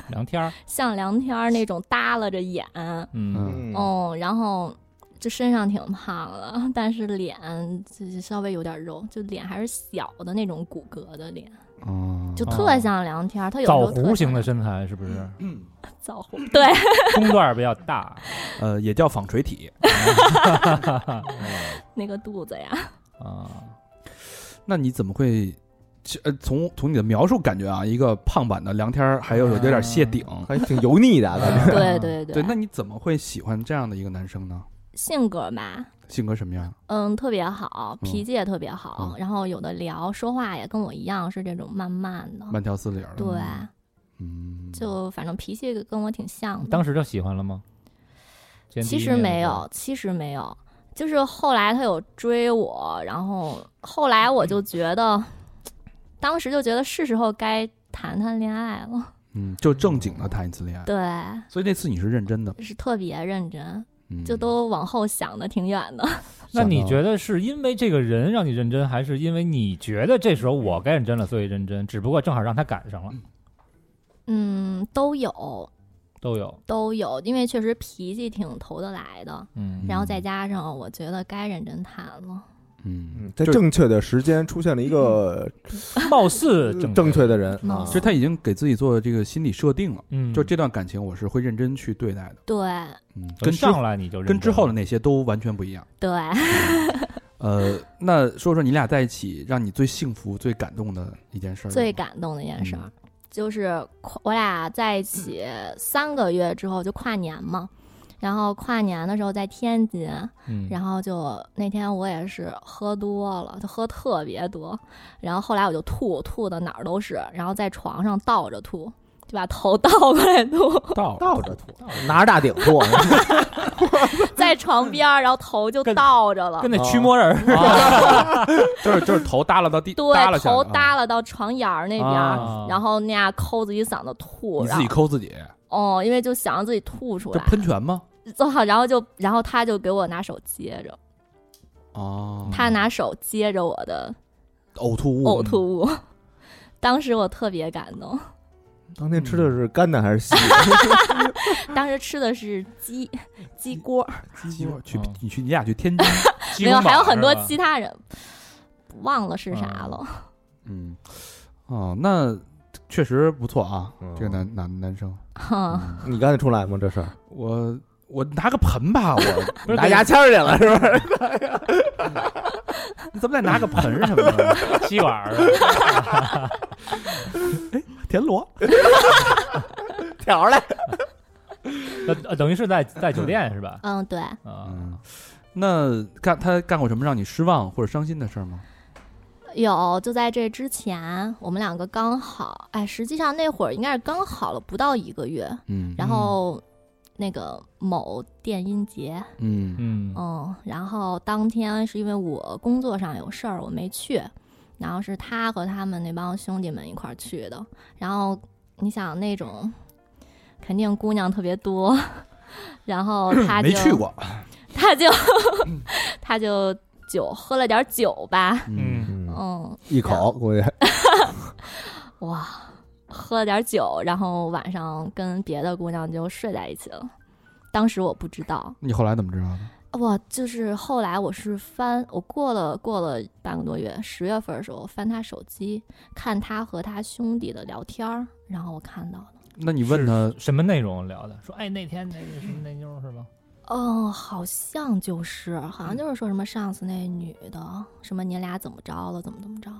Speaker 4: 聊天儿，
Speaker 5: 像梁天儿那种耷拉着眼，
Speaker 4: 嗯，
Speaker 2: 嗯，
Speaker 5: 哦，然后就身上挺胖的，但是脸就是稍微有点肉，就脸还是小的那种骨骼的脸，
Speaker 2: 嗯
Speaker 5: 就特像梁天儿。他有时
Speaker 4: 哦枣
Speaker 5: 候特
Speaker 4: 核型的
Speaker 5: 像
Speaker 4: 身材是不是？
Speaker 5: 嗯枣核，对， [LAUGHS]
Speaker 4: 中段比较大，
Speaker 2: 呃，也叫纺锤体。
Speaker 5: 那个肚子呀，
Speaker 4: 啊，
Speaker 2: 那你怎么会？其呃，从从你的描述感觉啊，一个胖版的梁天儿，还有有点谢顶。
Speaker 3: 还挺油腻的啊，感觉
Speaker 4: 嗯
Speaker 5: 对对
Speaker 2: 对，那你怎么会喜欢这样的一个男生呢？
Speaker 5: 性格吧，
Speaker 2: 性格什么样？
Speaker 5: 嗯，特别好，
Speaker 2: 嗯
Speaker 5: 脾气也特别好，然后有的聊，说话也跟我一样是这种慢慢的，
Speaker 2: 慢条斯理儿的。
Speaker 5: 对，
Speaker 2: 嗯，
Speaker 5: 就反正脾气跟我挺像的。
Speaker 4: 当时就喜欢了吗？见第
Speaker 5: 嗯其
Speaker 4: 一
Speaker 5: 实
Speaker 4: 面的
Speaker 5: 没
Speaker 4: 时候
Speaker 5: 有，，其实没有，就是后来他有追我，然后后来我就觉得，当时就觉得是时候该谈谈恋爱了，
Speaker 2: 嗯，就正经的谈一次恋爱。
Speaker 5: [LAUGHS] 对，
Speaker 2: 所以那次你是认真的，
Speaker 5: 是特别认真，
Speaker 2: 嗯、
Speaker 5: 就都往后想的挺远的。 [LAUGHS]
Speaker 4: 那你
Speaker 2: 得
Speaker 4: 觉得是因为这个人让你认真，还是因为你觉得这时候我该认真了，所以认真？只不过正好让他赶上了，
Speaker 5: 嗯，都有
Speaker 4: 都有。
Speaker 5: 都有，因为确实脾气挺投得来的，
Speaker 4: 嗯，
Speaker 5: 然后再加上我觉得该认真谈了。
Speaker 2: 嗯，
Speaker 3: 嗯在正确的时间出现了一个呃
Speaker 4: 貌似
Speaker 3: 正
Speaker 4: 正
Speaker 3: 确的人
Speaker 5: 嗯
Speaker 3: 啊
Speaker 2: 其，实他已经给自己做这个心理设定了，
Speaker 4: 嗯，
Speaker 2: 就这段感情我是会认真去对待的。
Speaker 5: 对
Speaker 2: 嗯，
Speaker 4: 从
Speaker 2: 跟之
Speaker 4: 哦上来你就认
Speaker 2: 跟之
Speaker 4: 真
Speaker 2: 后的
Speaker 4: 了嗯
Speaker 2: 那些都完全不一样。
Speaker 5: 对，
Speaker 2: 呃，那说说你俩在一起让你最幸福、最感动的一件事儿。
Speaker 5: 最感动的一件事儿
Speaker 2: 嗯，
Speaker 5: 就是跨我俩在一起三个月之后就跨年嘛，然后跨年的时候在天津，
Speaker 4: 嗯，
Speaker 5: 然后就那天我也是喝多了，就喝特别多，然后后来我就吐，吐的哪儿都是，然后在床上倒着吐，就把头 [LAUGHS] 倒过来吐，
Speaker 4: 倒
Speaker 3: 倒着吐，拿着大顶 [LAUGHS] 吐，啊
Speaker 5: 在床边儿，然后头就倒着了
Speaker 4: 跟，那驱魔人儿似 [LAUGHS]
Speaker 2: 就
Speaker 4: 的，
Speaker 2: 是就是头耷拉到地，耷拉
Speaker 5: 对，
Speaker 2: 下来
Speaker 5: 头
Speaker 2: 啊
Speaker 5: 耷拉到床沿儿那边儿，
Speaker 4: 啊
Speaker 5: 然后那样抠自己嗓子吐，
Speaker 2: 你
Speaker 5: 然
Speaker 2: 自
Speaker 5: 后
Speaker 2: 己抠自己，
Speaker 5: 哦，因为就想让自己吐出
Speaker 2: 这
Speaker 5: 来，
Speaker 2: 喷泉吗？
Speaker 5: 做好，然后就然后他就给我拿手接着，
Speaker 2: 哦，
Speaker 5: 他拿手接着我的
Speaker 2: 呕吐哦物，
Speaker 5: 呕吐物， [LAUGHS] 当时我特别感动，
Speaker 3: 当天吃的是干的还是稀的？ [LAUGHS]
Speaker 5: 当时吃的是鸡鸡锅，
Speaker 2: 鸡窝去
Speaker 4: 嗯
Speaker 2: 你去你俩去
Speaker 4: [LAUGHS]
Speaker 2: 天津，
Speaker 4: 鸡
Speaker 5: 没有，
Speaker 4: 公煲
Speaker 5: 还有很多
Speaker 4: 是吧
Speaker 5: 其他人，忘了是啥了。
Speaker 2: 嗯，哦，那确实不错啊
Speaker 3: 嗯，
Speaker 2: 这个男男男生，
Speaker 5: 哼，
Speaker 2: 嗯
Speaker 3: 你干得出来吗？这事儿
Speaker 2: 我我拿个盆吧，我
Speaker 4: [LAUGHS] 不是
Speaker 3: 拿牙签儿去了
Speaker 4: [LAUGHS]
Speaker 3: 是吧？
Speaker 2: [LAUGHS] 你怎么得拿个盆什么的？
Speaker 4: [LAUGHS] 吸管儿是吧
Speaker 2: 田螺，
Speaker 3: 挑来，
Speaker 4: 呃呃等于是在在酒店是吧？
Speaker 5: 嗯，对，
Speaker 4: 啊，
Speaker 2: 嗯，那干他干过什么让你失望或者伤心的事儿吗？
Speaker 5: 有就在这之前，我们两个刚好，哎，实际上那会儿应该是刚好了不到一个月，
Speaker 2: 嗯
Speaker 5: 然后那个某电音节，
Speaker 2: 嗯
Speaker 4: 嗯
Speaker 5: 嗯，然后当天是因为我工作上有事儿，我没去，然后是他和他们那帮兄弟们一块儿去的，然后你想那种，肯定姑娘特别多， [LAUGHS] 然后他就
Speaker 2: 没去过，嗯
Speaker 5: 他就 [LAUGHS] 他就酒喝了点酒吧，
Speaker 4: 嗯
Speaker 5: 嗯，
Speaker 3: 一口估计 [LAUGHS]
Speaker 5: 哇，喝了点酒，然后晚上跟别的姑娘就睡在一起了。当时我不知道，
Speaker 2: 你后来怎么知道的？
Speaker 5: 哇，就是后来我是翻，我过了过了半个多月，十月份的时候翻他手机，看他和他兄弟的聊天儿，然后我看到的，
Speaker 2: 那你问他
Speaker 4: 什么内容聊的？说哎那天那个什么那妞儿是吗？
Speaker 5: 哦，好像就是，好像就是说什么上次那女的，什么你俩怎么着了，怎么怎么着。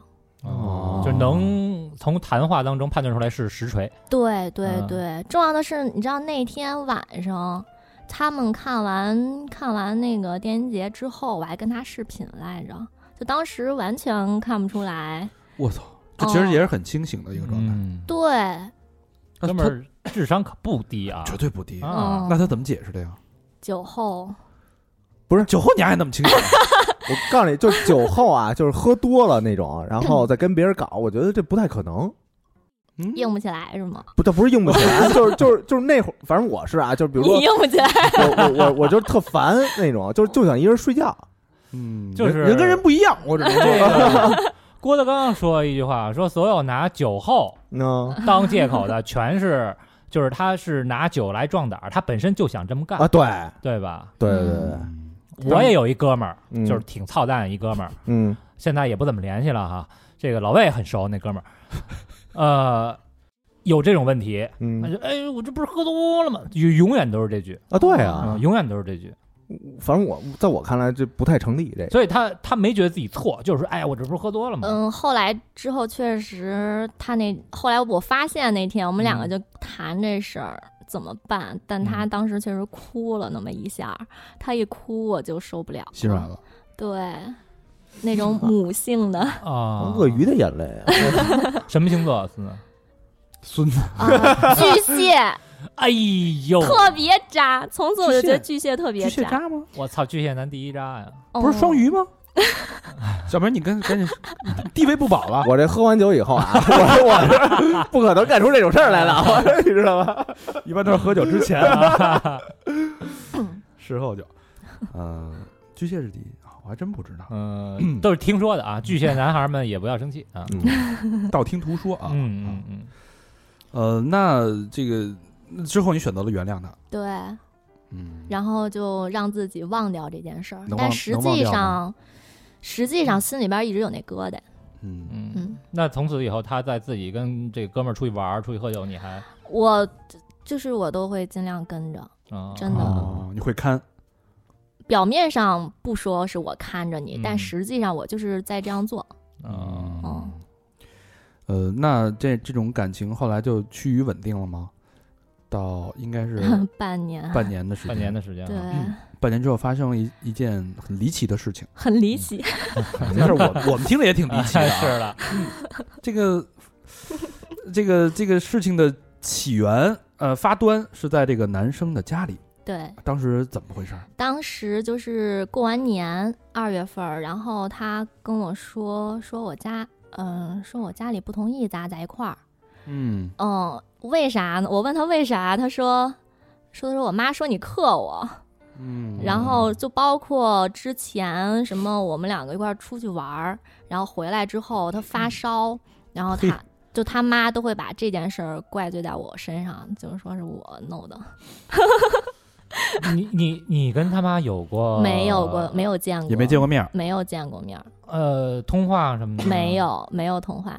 Speaker 2: 哦
Speaker 4: 啊就能从谈话当中判断出来是实锤。
Speaker 5: 对对
Speaker 4: 嗯
Speaker 5: 对，重要的是，你知道那天晚上他们看完看完那个电音节之后，我还跟他视频来着，就当时完全看不出来。
Speaker 2: 我操，这
Speaker 5: 哦
Speaker 2: 其实也是很清醒的一个状态，
Speaker 4: 嗯，
Speaker 5: 对，
Speaker 2: 那
Speaker 4: 哥们儿智商可不低啊
Speaker 2: 他，绝对不低。
Speaker 4: 啊
Speaker 5: 嗯
Speaker 2: 那他怎么解释的呀？
Speaker 5: 酒后，
Speaker 2: 不是酒后你还那么清醒？
Speaker 3: 我告诉你，就是酒后啊，就是喝多了那种，然后再跟别人搞，我觉得这不太可能。
Speaker 2: 嗯，
Speaker 5: 硬不起来是吗？
Speaker 3: 不，这不是硬不起来，就是就是就是那会儿，反正我是啊，就是比如
Speaker 5: 你
Speaker 3: 说
Speaker 5: [LAUGHS] 硬不起来，
Speaker 3: 我我我我就是特烦那种，就是就想一人睡觉。
Speaker 2: 嗯，
Speaker 4: 就是
Speaker 2: 人人跟人不一样，我只能
Speaker 4: 这
Speaker 2: 说，
Speaker 4: 个 [LAUGHS] 郭德纲说一句话，说所有拿酒后
Speaker 3: 嗯
Speaker 4: 当借口 [LAUGHS] 的，全是就是他是拿酒来壮胆儿，他本身就想这么干
Speaker 3: 啊，，对
Speaker 4: 对吧？
Speaker 3: 对对对对，
Speaker 2: 嗯
Speaker 4: 我也有一哥们儿，
Speaker 3: 嗯
Speaker 4: 就是挺操蛋一哥们儿，
Speaker 3: 嗯
Speaker 4: 现在也不怎么联系了哈。这个老魏很熟那
Speaker 3: [LAUGHS]
Speaker 4: 哥们儿，呃，有这种问题，他
Speaker 3: 嗯
Speaker 4: 就哎，我这不是喝多了吗？永永远都是这句，
Speaker 3: 啊，对啊，
Speaker 2: 嗯
Speaker 4: 永远都是这句。
Speaker 3: 反正我在我看来这不太成立，这个
Speaker 4: 所以他他没觉得自己错，就是说，哎，我这不是喝多了吗？
Speaker 5: 嗯，后来之后确实，他那后来我发现那天我们两个
Speaker 4: 嗯
Speaker 5: 就谈这事儿怎么办，但他
Speaker 4: 嗯
Speaker 5: 当时确实哭了那么一下儿，他一哭我就受不了，
Speaker 2: 心软了。
Speaker 5: 对，那种母性的
Speaker 4: 啊，
Speaker 3: 鳄鱼的眼泪啊，
Speaker 4: [LAUGHS] 什么星座？啊孙子？
Speaker 2: 孙子，
Speaker 5: 啊，巨
Speaker 2: [LAUGHS]
Speaker 5: 蟹
Speaker 4: 哎呦，
Speaker 5: 特别渣，从此我就觉得
Speaker 2: 哦巨
Speaker 5: 巨蟹特别
Speaker 2: 巨蟹
Speaker 5: 渣，嗯
Speaker 2: 渣吗？
Speaker 4: 我操，巨蟹男第一渣呀！
Speaker 2: 不是双
Speaker 5: 鱼，
Speaker 2: 鱼吗？小明，你跟赶紧 [LAUGHS] 地位不保了。
Speaker 3: 我这喝完酒以后啊，我我
Speaker 2: [LAUGHS]
Speaker 3: 是不可能干出这种事儿来的，我你知道吧？
Speaker 2: 一般都是喝酒之前啊， [LAUGHS] 事 [LAUGHS] 后酒。嗯、巨蟹是第一，啊我还真不知道，
Speaker 4: [LAUGHS] 嗯，都是听说的啊。巨蟹男孩们也不要生气啊。
Speaker 2: 道听途说啊。
Speaker 4: 嗯嗯嗯，
Speaker 2: 呃，那这个那之后你选择了原谅他，
Speaker 5: 对，
Speaker 2: 嗯，
Speaker 5: 然后就让自己忘掉这件事儿
Speaker 2: 能，忘
Speaker 5: 但实
Speaker 2: 能忘
Speaker 5: 际
Speaker 2: 掉吗
Speaker 5: 上，实际上心里边一直有那疙瘩，
Speaker 2: 嗯
Speaker 4: 嗯
Speaker 5: 嗯。
Speaker 4: 那从此以后，他在自己跟这哥们儿出去玩儿、出去喝酒，你还
Speaker 5: 我就是我都会尽量跟着，
Speaker 4: 啊
Speaker 5: 真的
Speaker 2: 哦，你会看
Speaker 5: 表面上不说是我看着你，
Speaker 4: 嗯
Speaker 5: 但实际上我就是在这样做。
Speaker 4: 嗯
Speaker 5: 嗯，
Speaker 2: 呃，那这这种感情后来就趋于稳定了吗？到应该是
Speaker 5: 半年，
Speaker 2: 半年的时间，
Speaker 4: 半年的时间
Speaker 5: 对，
Speaker 4: 了，
Speaker 2: 半年之后发生了一一件很离奇的事情，
Speaker 5: 很离奇。 [LAUGHS]
Speaker 2: 这事儿
Speaker 4: [LAUGHS]
Speaker 2: 我我们听着也挺离奇的、啊。 [LAUGHS]
Speaker 4: 是了，
Speaker 2: 这个 [LAUGHS] 这个这个事情的起源，呃，发端是在这个男生的家里，
Speaker 5: 对，
Speaker 2: 当时怎么回事儿？
Speaker 5: 当时就是过完年二月份儿，然后他跟我说，说我家，嗯、说我家里不同意咱俩在一块儿。
Speaker 2: 嗯，
Speaker 5: 嗯，为啥呢？我问他为啥，他说，说的是我妈说你克我。
Speaker 2: 嗯
Speaker 5: 然后就包括之前什么，我们两个一块儿出去玩儿，然后回来之后他发烧，然后
Speaker 2: 嗯嘿
Speaker 5: 他就他妈都会把这件事儿怪罪在我身上，就是说是我弄的，
Speaker 4: 你你你跟他妈有过
Speaker 5: 没有过，没有见过，
Speaker 2: 哦也没见，过面儿，
Speaker 5: 没有见过面儿，
Speaker 4: 呃通话什么的吗
Speaker 5: [LAUGHS] 没有没有通话，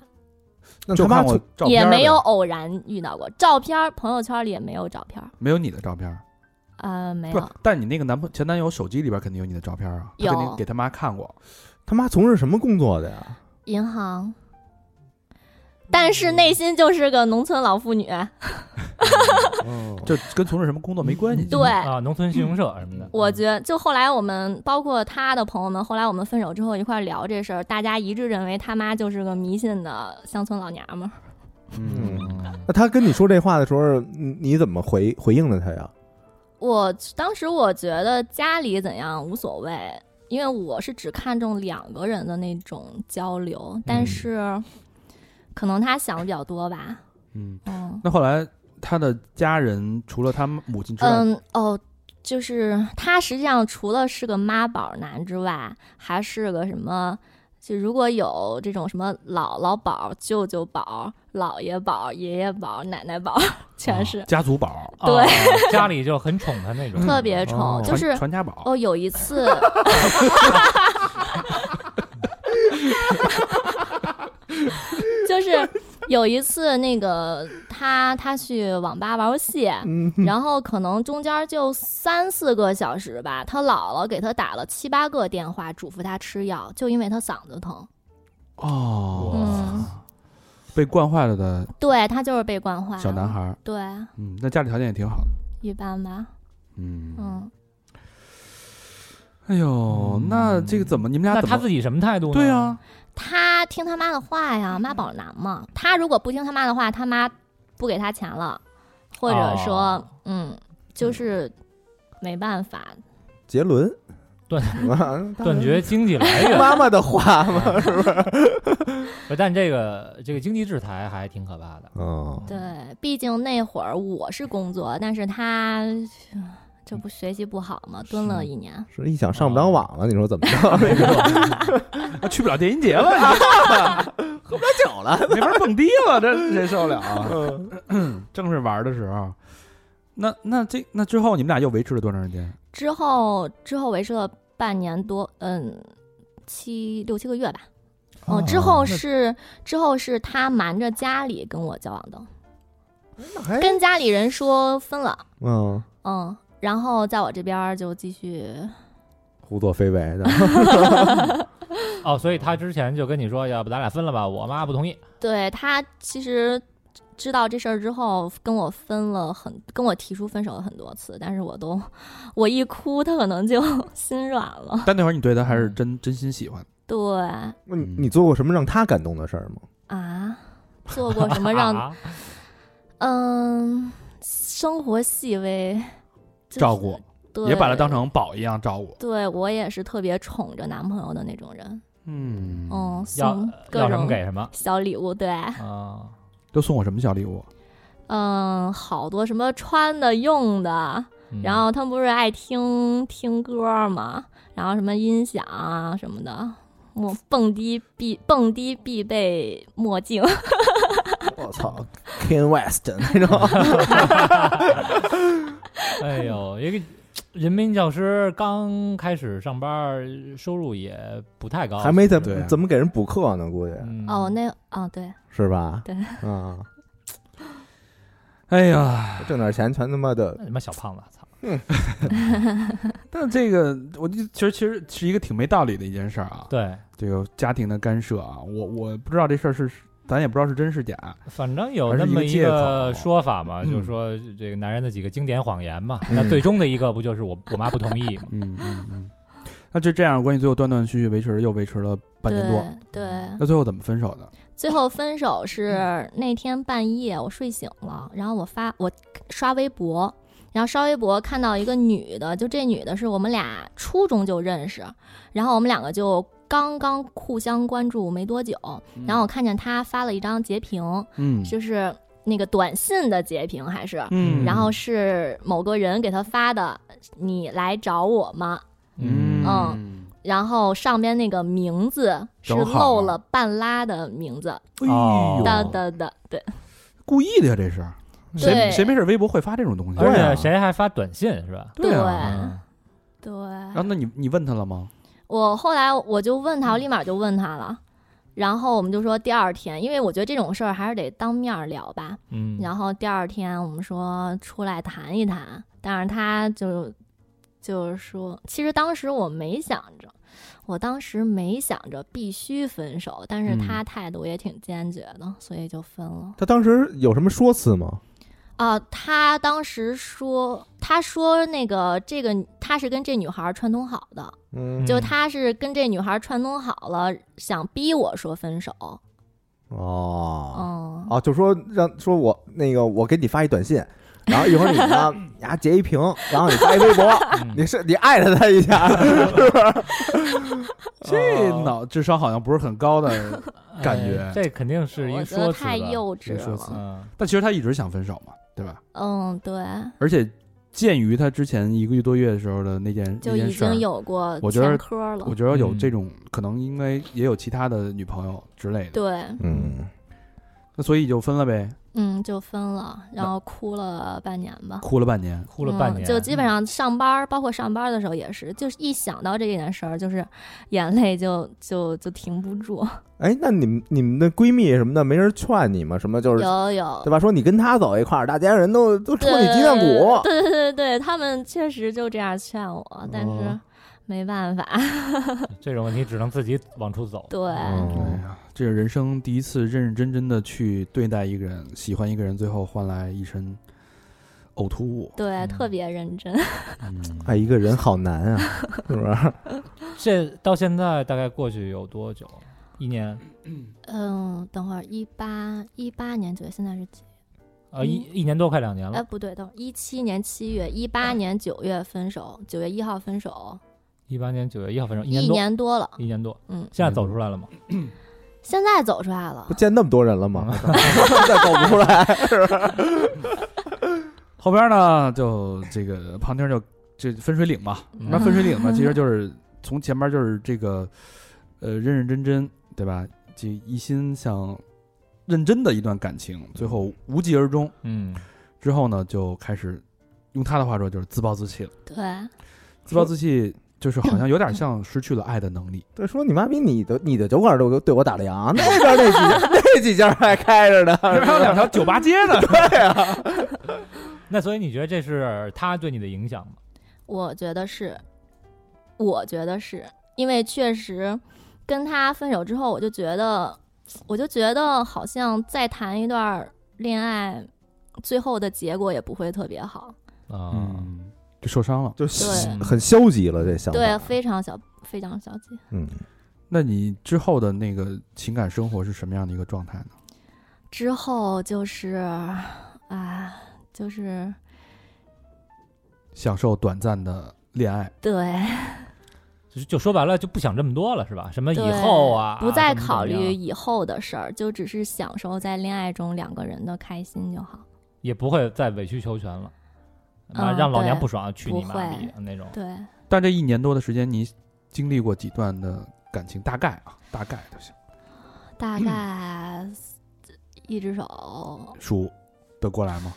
Speaker 3: 那
Speaker 2: 就
Speaker 3: 他妈
Speaker 2: 看我
Speaker 3: 从
Speaker 2: 照片
Speaker 5: 也
Speaker 2: 儿
Speaker 5: 没有
Speaker 2: 呗
Speaker 5: 偶然遇到过照片儿，朋友圈里也没有照片儿，
Speaker 2: 没有你的照片儿，
Speaker 5: 呃，没
Speaker 2: 不是
Speaker 5: 有，？
Speaker 2: 但你那个男朋前男友手机里边肯定有你的照片儿啊，他
Speaker 5: 有
Speaker 2: 肯定给他妈看过。
Speaker 3: 他妈从事什么工作
Speaker 2: [LAUGHS]
Speaker 3: 的呀？
Speaker 5: 银行。
Speaker 2: 嗯
Speaker 5: 但是内心就是个农村老妇女，
Speaker 3: 哦
Speaker 2: 这跟从事什么工作没关系。
Speaker 5: 对
Speaker 4: 啊，农村信用社什么的，嗯
Speaker 5: 我觉得，就后来我们包括他的朋友们，后来我们分手之后一块儿聊这事儿，大家一致认为他妈就是个迷信的乡村老娘们儿。
Speaker 2: 嗯，
Speaker 3: 那他跟你说这话的时候，你你怎么回回应的他呀？
Speaker 5: 我当时我觉得家里怎样无所谓，因为我是只看重两个人的那种交流，但是可能他想的比较多吧。
Speaker 2: 嗯，
Speaker 5: 嗯
Speaker 2: 那后来他的家人除了他母亲之外，
Speaker 5: 嗯哦。就是他实际上除了是个妈宝男之外，还是个什么就如果有这种什么姥姥宝、舅舅宝、姥爷宝、爷爷宝、奶奶宝， [LAUGHS] 全是、
Speaker 2: 啊家族宝，
Speaker 4: 啊
Speaker 5: 对
Speaker 4: 家里就很宠他那
Speaker 2: 嗯
Speaker 4: 种，
Speaker 5: 特别宠，
Speaker 3: 哦
Speaker 5: 就是
Speaker 2: 传传家宝。
Speaker 5: 哦，有一次， [LAUGHS] 就是有一次那个他他去网吧玩游戏。
Speaker 3: 嗯，
Speaker 5: 然后可能中间就三四个小时吧，他姥姥给他打了七八个电话，嘱咐他吃药，就因为他嗓子疼。
Speaker 2: 哦，
Speaker 5: 嗯，
Speaker 2: 被惯坏了的
Speaker 5: 对他就是被惯坏了。
Speaker 2: 小男孩儿，
Speaker 5: 对，啊
Speaker 2: 嗯，那家里条件也挺好的，
Speaker 5: 一般吧。
Speaker 2: 嗯
Speaker 5: 嗯，
Speaker 2: 哎呦，那这个怎么你们俩
Speaker 4: 那
Speaker 2: 怎
Speaker 4: 他
Speaker 2: 么？
Speaker 4: 自己什么态度呢？
Speaker 2: 对啊，
Speaker 5: 他听他妈的话呀，妈宝男嘛。他如果不听他妈的话，他妈不给他钱了，或者说，
Speaker 4: 哦
Speaker 5: 嗯，就是没办法。
Speaker 3: 杰伦 [LAUGHS]
Speaker 4: 断
Speaker 3: 啊
Speaker 4: 断绝经济来源，
Speaker 3: 妈妈的话 [LAUGHS] 嘛。
Speaker 4: [LAUGHS] 不但这个这个经济制裁还挺可怕的。
Speaker 3: 嗯，
Speaker 5: 对，毕竟那会儿我是工作，但是他呃这不学习不好嘛，蹲了一年。
Speaker 3: 是一想上不了网了，你说怎么着？
Speaker 2: [LAUGHS] 啊去不了电音节了，你 [LAUGHS]
Speaker 3: 酒了，
Speaker 2: 没法蹦迪了， [LAUGHS] 这谁受得了啊？ [CLEARS THROAT] 正是玩的时候，那那这那之后你们俩又维持了多长时间？
Speaker 5: 之后之后维持了半年多，嗯，七六七个月吧。哦，之后是之后是他瞒着家里跟我交往的，
Speaker 3: 还
Speaker 5: 跟家里人说分了。
Speaker 3: 嗯，
Speaker 5: 嗯，然后在我这边儿就继续，
Speaker 3: 胡作非为的。
Speaker 4: 哦，所以他之前就跟你说，要不咱俩分了吧？我妈不同意。
Speaker 5: 对他其实知道这事儿之后，跟我分了很，跟我提出分手了很多次，但是我都我一哭，他可能就 [LAUGHS] 心软了。
Speaker 2: 但那会儿你对他还是真真心喜欢，
Speaker 5: 对
Speaker 3: [LAUGHS] 那你你做过什么让他感动的事儿
Speaker 5: [LAUGHS]
Speaker 3: 吗？
Speaker 5: 啊，做过什么让
Speaker 4: 啊
Speaker 5: 嗯生活细微、就是
Speaker 2: 照顾，
Speaker 5: 对
Speaker 2: 也把他当。成宝一样照顾。
Speaker 5: 对我也是特别宠着男朋友的那种人，
Speaker 2: 嗯，
Speaker 5: 嗯，
Speaker 4: 要
Speaker 5: 送各
Speaker 4: 要什么
Speaker 5: 种
Speaker 4: 给什么
Speaker 5: 小礼物，对，
Speaker 4: 啊？
Speaker 2: 都送我什么小礼物？
Speaker 5: 嗯，好多什么穿的、用的，
Speaker 4: 嗯
Speaker 5: 然后他们不是爱听听歌嘛，然后什么音响啊什么的，我蹦迪必蹦迪必备墨镜，
Speaker 3: 我操，Ken West 那种。
Speaker 4: [LAUGHS] 哎呦，一个人民教师刚开始上班儿，收入也不太高，
Speaker 3: 还没怎
Speaker 2: 对啊
Speaker 3: 么怎么给人补课呢，估计
Speaker 4: 嗯
Speaker 5: 哦，那啊、对，
Speaker 3: 是吧？
Speaker 5: 对
Speaker 3: 啊，
Speaker 2: 哎呀，哎
Speaker 3: 挣点钱全他妈的
Speaker 4: 那你妈小胖子，操！
Speaker 2: 但这个我就其实其实是一个挺没道理的一件事儿啊。
Speaker 4: 对，
Speaker 2: 这个家庭的干涉啊，我我不知道这事儿是，咱也不知道是真是假。
Speaker 4: 反正有
Speaker 2: 还是
Speaker 4: 那
Speaker 2: 一
Speaker 4: 么
Speaker 2: 个
Speaker 4: 一
Speaker 2: 借
Speaker 4: 个
Speaker 2: 口
Speaker 4: 说法嘛，
Speaker 2: 嗯
Speaker 4: 就是说这个男人的几个经典谎言嘛。那最终的一个不就是我我妈不同意嘛？
Speaker 2: 嗯嗯嗯。 [LAUGHS] 那就这样，关系最后断断续续维持又维持了半年多。
Speaker 5: 对对，
Speaker 2: 那最后怎么分手的？
Speaker 5: 最后分手
Speaker 2: 嗯
Speaker 5: 是那天半夜我睡醒了，然后我发我刷微博，然后刷微博看到一个女的，就这女的是我们俩初中就认识，然后我们两个就刚刚互相关注没多久，然后我看见她发了一张截屏，
Speaker 2: 嗯
Speaker 5: 就是那个短信的截屏还是。
Speaker 2: 嗯
Speaker 5: 然后是某个人给她发的，你来找我吗？
Speaker 2: 嗯
Speaker 5: 然后上边那个名字是
Speaker 2: 正好啊
Speaker 5: 漏了半拉的名字，
Speaker 2: 哎呦，
Speaker 5: 哒哒哒，对，
Speaker 2: 故意的呀，这是。谁
Speaker 5: 对
Speaker 2: 谁没事微博会发这种东西？
Speaker 4: 而
Speaker 2: 啊
Speaker 4: 且谁还发短信是吧？
Speaker 2: 对啊。
Speaker 5: 对
Speaker 4: 嗯
Speaker 5: 对，
Speaker 2: 然后那你你问他了吗？
Speaker 5: 我后来我就问他，我立马就问他了，然后我们就说第二天，因为我觉得这种事儿还是得当面儿聊吧。
Speaker 4: 嗯，
Speaker 5: 然后第二天我们说出来谈一谈，但是他就就是说，其实当时我没想着，我当时没想着必须分手，但
Speaker 2: 嗯
Speaker 5: 是他态度也挺坚决的，所以就分了。
Speaker 3: 他当时有什么说辞吗？
Speaker 5: 啊、他当时说，他说那个这个他是跟这女孩儿串通好的，
Speaker 3: 嗯
Speaker 4: 嗯
Speaker 5: 就他是跟这女孩串通好了，想逼我说分手。
Speaker 3: 哦
Speaker 5: 嗯，
Speaker 3: 哦，就说让说我那个我给你发一短信，然后一会儿你呢， [LAUGHS] 你还截一屏，然后你发一微博，
Speaker 4: 嗯
Speaker 3: 你是你艾特他一下， [LAUGHS]
Speaker 2: 哦这脑智商好像不是很高的， [LAUGHS] 感觉
Speaker 4: 哎这肯定是一
Speaker 5: 我
Speaker 4: 个
Speaker 5: 觉得
Speaker 4: 说辞
Speaker 5: 太
Speaker 4: 吧
Speaker 5: 幼稚
Speaker 2: 一个说辞
Speaker 5: 了。
Speaker 4: 嗯，
Speaker 2: 但其实他一直想分手嘛，对吧？
Speaker 5: 嗯，对，
Speaker 2: 而且鉴于他之前一个月多月的时候的那件
Speaker 5: 就
Speaker 2: 那件
Speaker 5: 已
Speaker 2: 事儿
Speaker 5: 经有过
Speaker 2: 我觉得
Speaker 5: 前科了
Speaker 2: 我。觉得有
Speaker 4: 嗯
Speaker 2: 这种、可能，应该也有其他的女朋友之类的，
Speaker 5: 对，
Speaker 3: 嗯，
Speaker 2: 那所以就分了呗，
Speaker 5: 嗯，就分了，然后哭了半年吧。
Speaker 2: 哭了半年。
Speaker 4: 哭了半
Speaker 5: 嗯
Speaker 4: 年，
Speaker 5: 就基本上上班儿，包括上班儿的时候也是，就是一想到这件事儿，就是眼泪就就就停不住。
Speaker 3: 哎，那你们你们的闺蜜什么的没人劝你吗？什么就是
Speaker 5: 有有
Speaker 3: 对，吧？说你跟他走一块儿，大家人都都戳
Speaker 5: 对
Speaker 3: 你脊梁骨。
Speaker 5: 对对对对，他们确实就这样劝我，但是
Speaker 3: 哦
Speaker 5: 没办法。
Speaker 4: 这种问题只能自己往出走。
Speaker 5: 对，
Speaker 2: 哎
Speaker 3: 哦
Speaker 2: 呀，这是人生第一次认认真真的去对待一个人，喜欢一个人，最后换来一身呕吐物。
Speaker 5: 对，
Speaker 4: 嗯
Speaker 5: 特别认真。 [LAUGHS]
Speaker 2: 嗯，
Speaker 3: 哎，一个人好难 [LAUGHS] 啊，是不是？
Speaker 4: 这到现在大概过去有多久？一年
Speaker 5: 嗯，等会儿一八一八年九月，现在是几？
Speaker 4: 啊，一一年多，快两年
Speaker 5: 哎，
Speaker 4: 了。
Speaker 5: 不对，等会儿一七年七月，一八年九月分手，九月一号分手，
Speaker 4: 一八年九月一号分手，一年
Speaker 5: 一
Speaker 4: 多，
Speaker 5: 年多了。
Speaker 4: 一年多。
Speaker 5: 嗯，
Speaker 4: 现在走出来了吗？
Speaker 5: 现在走出来了
Speaker 3: 不。见那么多人了 [LAUGHS] 吗？
Speaker 2: 嗯
Speaker 3: 再走不出来。
Speaker 2: 后边呢，就这个旁听就这分水岭嘛，
Speaker 4: 嗯
Speaker 2: 那分水岭嘛，其实就是从前面就是这个，呃，认认真真，对吧？这一心想认真的一段感情，最后无疾而终。
Speaker 4: [LAUGHS] 嗯，
Speaker 2: 之后呢，就开始用他的话说，就是自暴自弃了。
Speaker 5: 对，
Speaker 2: 自暴自弃就是好像有点像失去了爱的能力。
Speaker 3: 对，说你妈逼你的你的酒馆都对我打了烊，那 [LAUGHS] 边那几家那几家还开着呢。
Speaker 2: [LAUGHS] 还有两条酒吧街呢。
Speaker 4: 那所以你觉得这是他对你的影响吗？
Speaker 5: 我觉得是，我觉得是因为确实跟他分手之后，我就觉得，我就觉得好像再谈一段恋爱，最后的结果也不会特别好。
Speaker 4: 啊，
Speaker 2: 嗯，就受伤了。
Speaker 3: 就
Speaker 5: 对
Speaker 3: 很消极了，这想法。
Speaker 4: 啊
Speaker 5: 对，非常小，非常消极。
Speaker 3: 嗯，
Speaker 2: 那你之后的那个情感生活是什么样的一个状态呢？
Speaker 5: 之后就是啊，就是
Speaker 2: 享受短暂的恋爱，
Speaker 5: 对
Speaker 4: 就就说白了就不想这么多了，是吧？什么
Speaker 5: 对，
Speaker 4: 以后啊，
Speaker 5: 不再
Speaker 4: 怎么怎么
Speaker 5: 考虑
Speaker 4: 样
Speaker 5: 以后的事儿，就只是享受在恋爱中两个人的开心就好。
Speaker 4: 也不会再委曲求全了，妈
Speaker 5: 嗯
Speaker 4: 让老娘
Speaker 5: 对
Speaker 4: 不爽，去你
Speaker 5: 不
Speaker 4: 妈逼啊
Speaker 5: 会
Speaker 4: 那
Speaker 5: [LAUGHS]
Speaker 4: 种。
Speaker 5: 对，
Speaker 2: 但这一年多的时间，你经历过几段的感情？大概啊，大概就行，
Speaker 5: 大概一只手
Speaker 2: 数得过来吗？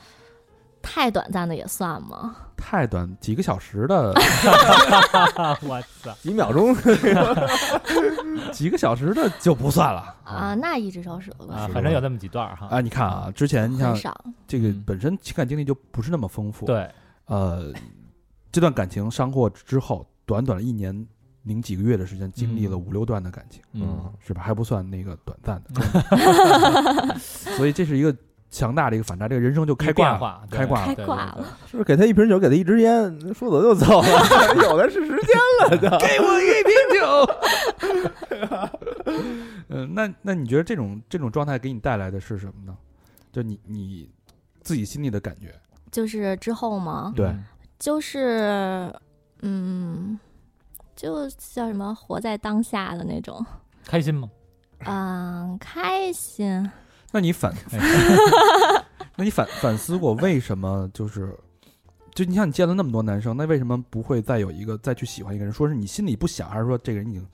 Speaker 5: 太短暂的也算吗？
Speaker 2: 太短，几个小时 [LAUGHS] 的，
Speaker 4: 啊我操！
Speaker 3: 几秒钟
Speaker 2: 几个小时的就不算了
Speaker 5: 啊，那一只手数得过
Speaker 4: 啊
Speaker 5: 来，，
Speaker 4: 反正有那么几段儿哈。
Speaker 2: 啊！你看啊，之前你像
Speaker 5: 很少。
Speaker 2: 这个
Speaker 4: 嗯
Speaker 2: 本身情感经历就不是那么丰富，，
Speaker 4: 对，
Speaker 2: 呃，这段感情伤过之后，短短一年零几个月的时间，经历了五六段的感情，
Speaker 4: 嗯，
Speaker 2: 是吧？还不算那个短暂的， [LAUGHS] 所以这是一个强大的一个反差，这个人生就开挂
Speaker 4: 变
Speaker 2: 了，
Speaker 4: 化，
Speaker 2: 开挂了
Speaker 5: 开挂
Speaker 4: 了，
Speaker 5: 了，
Speaker 3: 是不是给他一瓶酒，给他一支烟，说走就走了，有的是时间了 [LAUGHS] 就。
Speaker 2: 嗯，那那你觉得这种这种状态给你带来的是什么呢？就你你自己心里的感觉，
Speaker 5: 就是之后嘛，
Speaker 2: 对
Speaker 4: 嗯
Speaker 5: 就是嗯，就叫什么活在当下的那种，
Speaker 4: 开心吗？
Speaker 5: 嗯，开心。
Speaker 2: 那你反，哎 [LAUGHS] 那你反反思过为什么就是，就你像你见了那么多男生，那为什么不会再有一个再去喜欢一个人？说是你心里不想，还是说这个人已经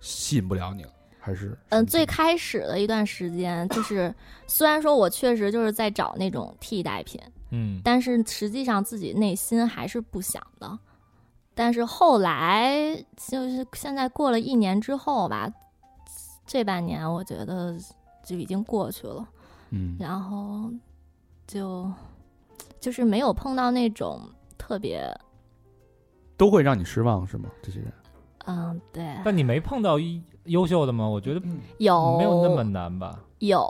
Speaker 2: 吸引不了你了？还是
Speaker 5: 嗯，最开始的一段时间，就是虽然说我确实就是在找那种替代品，
Speaker 4: 嗯，
Speaker 5: 但是实际上自己内心还是不想的。但是后来就是现在过了一年之后吧，这半年我觉得就已经过去了，
Speaker 2: 嗯
Speaker 5: 然后就就是没有碰到那种特别
Speaker 2: 都会让你失望是吗？这些人
Speaker 5: 嗯，对，
Speaker 4: 但你没碰到一优秀的吗？我觉得
Speaker 5: 有
Speaker 4: 没有那么难吧。
Speaker 5: 有，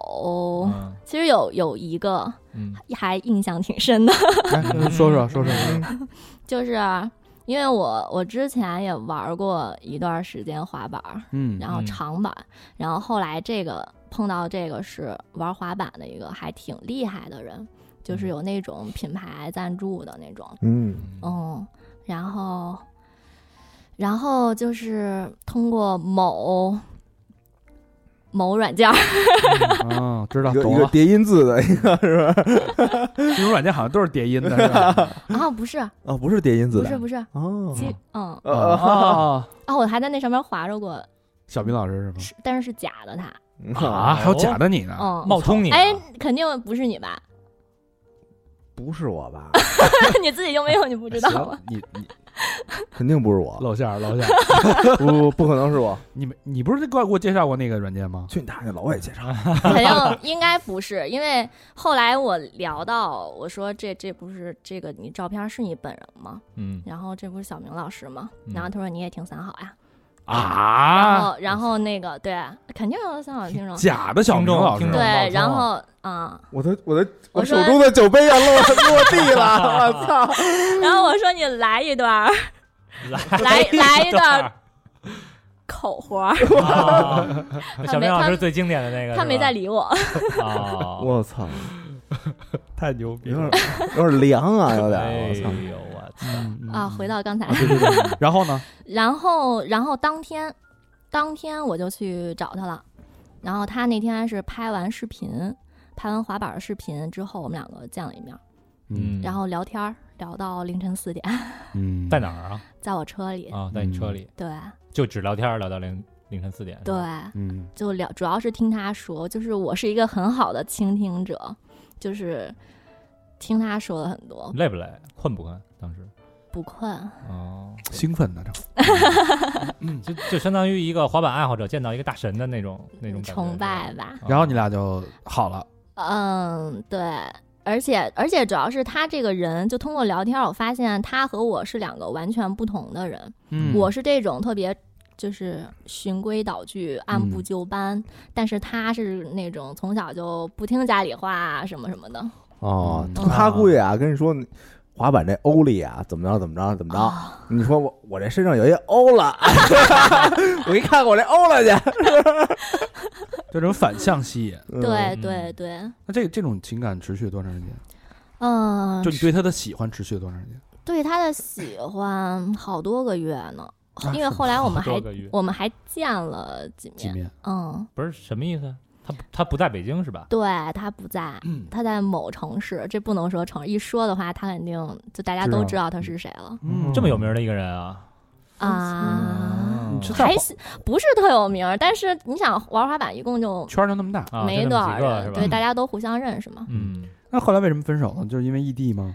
Speaker 4: 嗯
Speaker 5: 其实有有一个
Speaker 4: 嗯
Speaker 5: 还印象挺深的，
Speaker 2: 来哎 [LAUGHS] 说说说说，
Speaker 4: 嗯
Speaker 5: 就是啊因为我我之前也玩过一段时间滑板儿，
Speaker 2: 嗯
Speaker 5: 然后
Speaker 4: 嗯
Speaker 5: 长板，然后后来这个碰到这个是玩滑板的一个还挺厉害的人，就是
Speaker 4: 嗯
Speaker 5: 有那种品牌赞助的那种，
Speaker 3: 嗯，
Speaker 5: 嗯，然后，然后就是通过某某
Speaker 4: [LAUGHS]
Speaker 5: 软件儿，
Speaker 2: 啊，知道
Speaker 3: 一个
Speaker 2: 懂
Speaker 3: 一个
Speaker 2: 了，
Speaker 3: 叠音字的一个是吧？
Speaker 2: 这种软件好像都是叠音的，是 [LAUGHS] 吧？
Speaker 5: 啊，
Speaker 4: [LAUGHS]
Speaker 5: 不是，
Speaker 3: 啊，不是叠音字
Speaker 5: 不
Speaker 3: 的
Speaker 5: 是，不是，
Speaker 3: 哦
Speaker 5: 其嗯，
Speaker 3: 啊
Speaker 2: 啊，
Speaker 5: 啊，我还在那上面划着过，
Speaker 2: 小斌老师是
Speaker 5: 是，但是是假的他，
Speaker 2: 吗？啊，还有假的你呢？
Speaker 5: 嗯，
Speaker 4: 冒充你啊，
Speaker 5: 哎，肯定不是你吧？
Speaker 3: 不是我吧？
Speaker 5: 你自己用没用你不知道 [LAUGHS] 啊吗？
Speaker 2: 哎行，你你
Speaker 3: 肯定不是我，
Speaker 2: 露馅儿
Speaker 5: [LAUGHS]
Speaker 2: 露馅儿，
Speaker 3: 不不不可能是我。
Speaker 2: 你没你不是给我介绍过那个软件吗？
Speaker 3: 去你大爷，老外介绍，
Speaker 5: 肯定应该不是，因为后来我聊到，我说这这不是这个你照片是你本人吗？
Speaker 4: 嗯
Speaker 5: 然后这不是小明老师吗？
Speaker 4: 嗯
Speaker 5: 然后他说你也挺三好呀。然
Speaker 2: 啊，
Speaker 5: 后然后那个对，啊肯定有三好听
Speaker 4: [LAUGHS]
Speaker 5: 众。
Speaker 2: 假的小明老师
Speaker 4: 听众
Speaker 5: 对，
Speaker 4: 冒充
Speaker 5: 然后啊、
Speaker 3: 我的我的
Speaker 5: 我
Speaker 3: 手
Speaker 5: 说
Speaker 3: 中的酒杯要落落地 [LAUGHS] 了，我操！
Speaker 5: [LAUGHS] 然后我说你来一段儿
Speaker 4: 来
Speaker 5: [LAUGHS] 来来一段
Speaker 4: 段
Speaker 5: 儿口活儿，
Speaker 4: 啊那小
Speaker 5: 没
Speaker 4: 明老
Speaker 5: 他
Speaker 4: 师最经典的那个，
Speaker 5: 他没
Speaker 4: 在
Speaker 5: 再理我。
Speaker 4: 啊，
Speaker 2: [LAUGHS]
Speaker 3: 我操，
Speaker 2: 太牛
Speaker 3: 有点 [LAUGHS] 有点凉啊，有点，
Speaker 4: 哎
Speaker 3: 我操！
Speaker 4: 呦我操，
Speaker 2: 嗯
Speaker 5: 啊，回到刚才，
Speaker 2: 对对
Speaker 5: [LAUGHS]
Speaker 2: 对，然后呢？
Speaker 5: 然后然后当天当天我就去找他了，然后他那天是拍完视频，拍完滑板的视频之后，我们两个见了一面，
Speaker 2: 嗯
Speaker 5: 然后聊天儿聊到凌晨四点， [LAUGHS]
Speaker 2: 嗯，
Speaker 4: 在哪儿啊？
Speaker 5: 在我车里，
Speaker 4: 啊，在你车里
Speaker 5: 对
Speaker 4: 就只聊天儿聊到凌凌晨四点，是
Speaker 5: 对，
Speaker 4: 吧，
Speaker 2: 嗯
Speaker 5: 就聊主要是听他说，就是我是一个很好的倾听者，就是听他说了很多，
Speaker 4: 累不累？困不困？当时
Speaker 5: 不困，
Speaker 4: 哦，
Speaker 2: 兴奋呢，这
Speaker 4: 就就相当于一个滑板爱好者见到一个大神的那种那种感觉
Speaker 5: 崇拜。吧
Speaker 4: 是，吧哦
Speaker 2: 然后你俩就好了，
Speaker 5: 嗯，对，而且而且主要是他这个人，就通过聊天，我发现他和我是两个完全不同的人。
Speaker 2: 嗯
Speaker 5: 我是这种特别就是循规蹈矩、按
Speaker 4: 嗯
Speaker 5: 部就班，但是他是那种从小就不听家里话啊什么什么的。
Speaker 3: 哦，
Speaker 2: 嗯
Speaker 3: 他估计啊，跟你说，滑板这欧力啊，怎么着怎么着怎么着，
Speaker 5: 啊，
Speaker 3: 你说我我这身上有一欧了， [LAUGHS] 我给你看看我这欧了去。
Speaker 2: 这种反向吸引。
Speaker 3: 嗯
Speaker 5: 对
Speaker 4: 嗯
Speaker 5: 对对，
Speaker 2: 那这这种情感持续了多长时间？
Speaker 5: 嗯，
Speaker 2: 就你对他的喜欢持续了多长时间？
Speaker 5: 对他的喜欢好多个月呢，因为后来我们
Speaker 4: 啊好多
Speaker 5: 还
Speaker 4: 个月
Speaker 5: 我们还见了几
Speaker 2: 几
Speaker 5: 面。
Speaker 2: 面？
Speaker 5: 嗯，
Speaker 4: 不是什么意思啊？他不他不在北京是吧？
Speaker 5: 对他不在，他在某城市，这不能说城，一说的话，他肯定就大家
Speaker 2: 知道
Speaker 5: 都知道他是谁了
Speaker 2: 嗯
Speaker 4: 这么有名的一个人啊，嗯
Speaker 5: 啊。
Speaker 2: 你是在
Speaker 5: 还行不是特有名儿，但是你想玩滑板，一共就
Speaker 2: 圈儿就那么大。
Speaker 4: 啊
Speaker 5: 没
Speaker 4: 就
Speaker 5: 多
Speaker 4: 那
Speaker 5: 少
Speaker 4: 么几个
Speaker 5: 人，
Speaker 4: 是吧？
Speaker 5: 对，大家都互相认识嘛。
Speaker 4: 嗯，
Speaker 2: 那后来为什么分手呢？就是因为异地吗？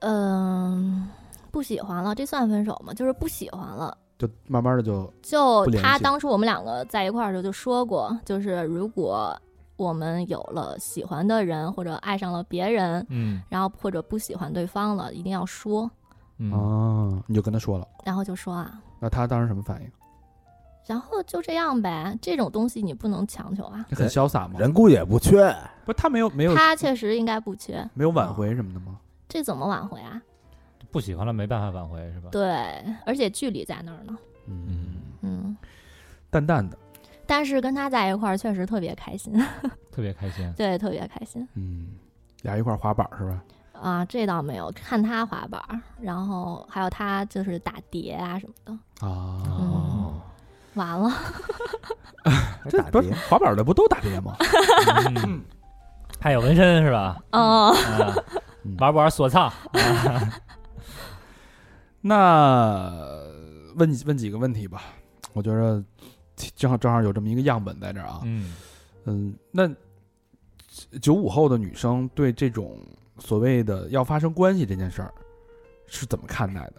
Speaker 5: 嗯，不喜欢了，这算分手吗？就是不喜欢了。
Speaker 2: 就慢慢的就
Speaker 5: 就
Speaker 2: 不联
Speaker 5: 他
Speaker 2: 系
Speaker 5: 当初我们两个在一块儿的时候就说过，就是如果我们有了喜欢的人，或者爱上了别人，
Speaker 4: 嗯
Speaker 5: 然后或者不喜欢对方了，一定要说。
Speaker 4: 嗯，
Speaker 2: 啊，你就跟他说了，
Speaker 5: 然后就说啊，
Speaker 2: 那他当时什么反应？
Speaker 5: 然后就这样呗，这种东西你不能强求啊。
Speaker 2: 很潇洒吗？
Speaker 3: 人估计也不缺，
Speaker 2: 不，他没有没有
Speaker 5: 他确实应该不缺，
Speaker 2: 没有挽回什么的吗？
Speaker 5: 这怎么挽回啊？
Speaker 4: 不喜欢了没办法挽回是吧？
Speaker 5: 对，而且距离在那儿呢，
Speaker 4: 嗯，
Speaker 5: 嗯。
Speaker 2: 淡淡的，
Speaker 5: 但是跟他在一块儿确实特别开心， [LAUGHS]
Speaker 4: 特别开心。
Speaker 5: 对，特别开心
Speaker 2: 嗯，俩一块儿滑板是吧？
Speaker 5: 啊！这倒没有，看他滑板儿，然后还有他就是打碟啊什么的，
Speaker 2: 啊，
Speaker 5: 嗯，完了，
Speaker 2: 这
Speaker 3: 还打
Speaker 2: 不是
Speaker 3: 碟
Speaker 2: 滑板的不都打碟吗？
Speaker 4: 嗯还有纹身
Speaker 2: [LAUGHS]
Speaker 4: 是吧？
Speaker 5: 哦，
Speaker 4: 啊
Speaker 2: 嗯
Speaker 4: 玩不玩锁操？
Speaker 2: [LAUGHS] 那问问几个问题吧，我觉得正好正好有这么一个样本在这儿啊。
Speaker 4: 嗯
Speaker 2: 嗯，那九五后的女生对这种所谓的要发生关系这件事儿是怎么看待的？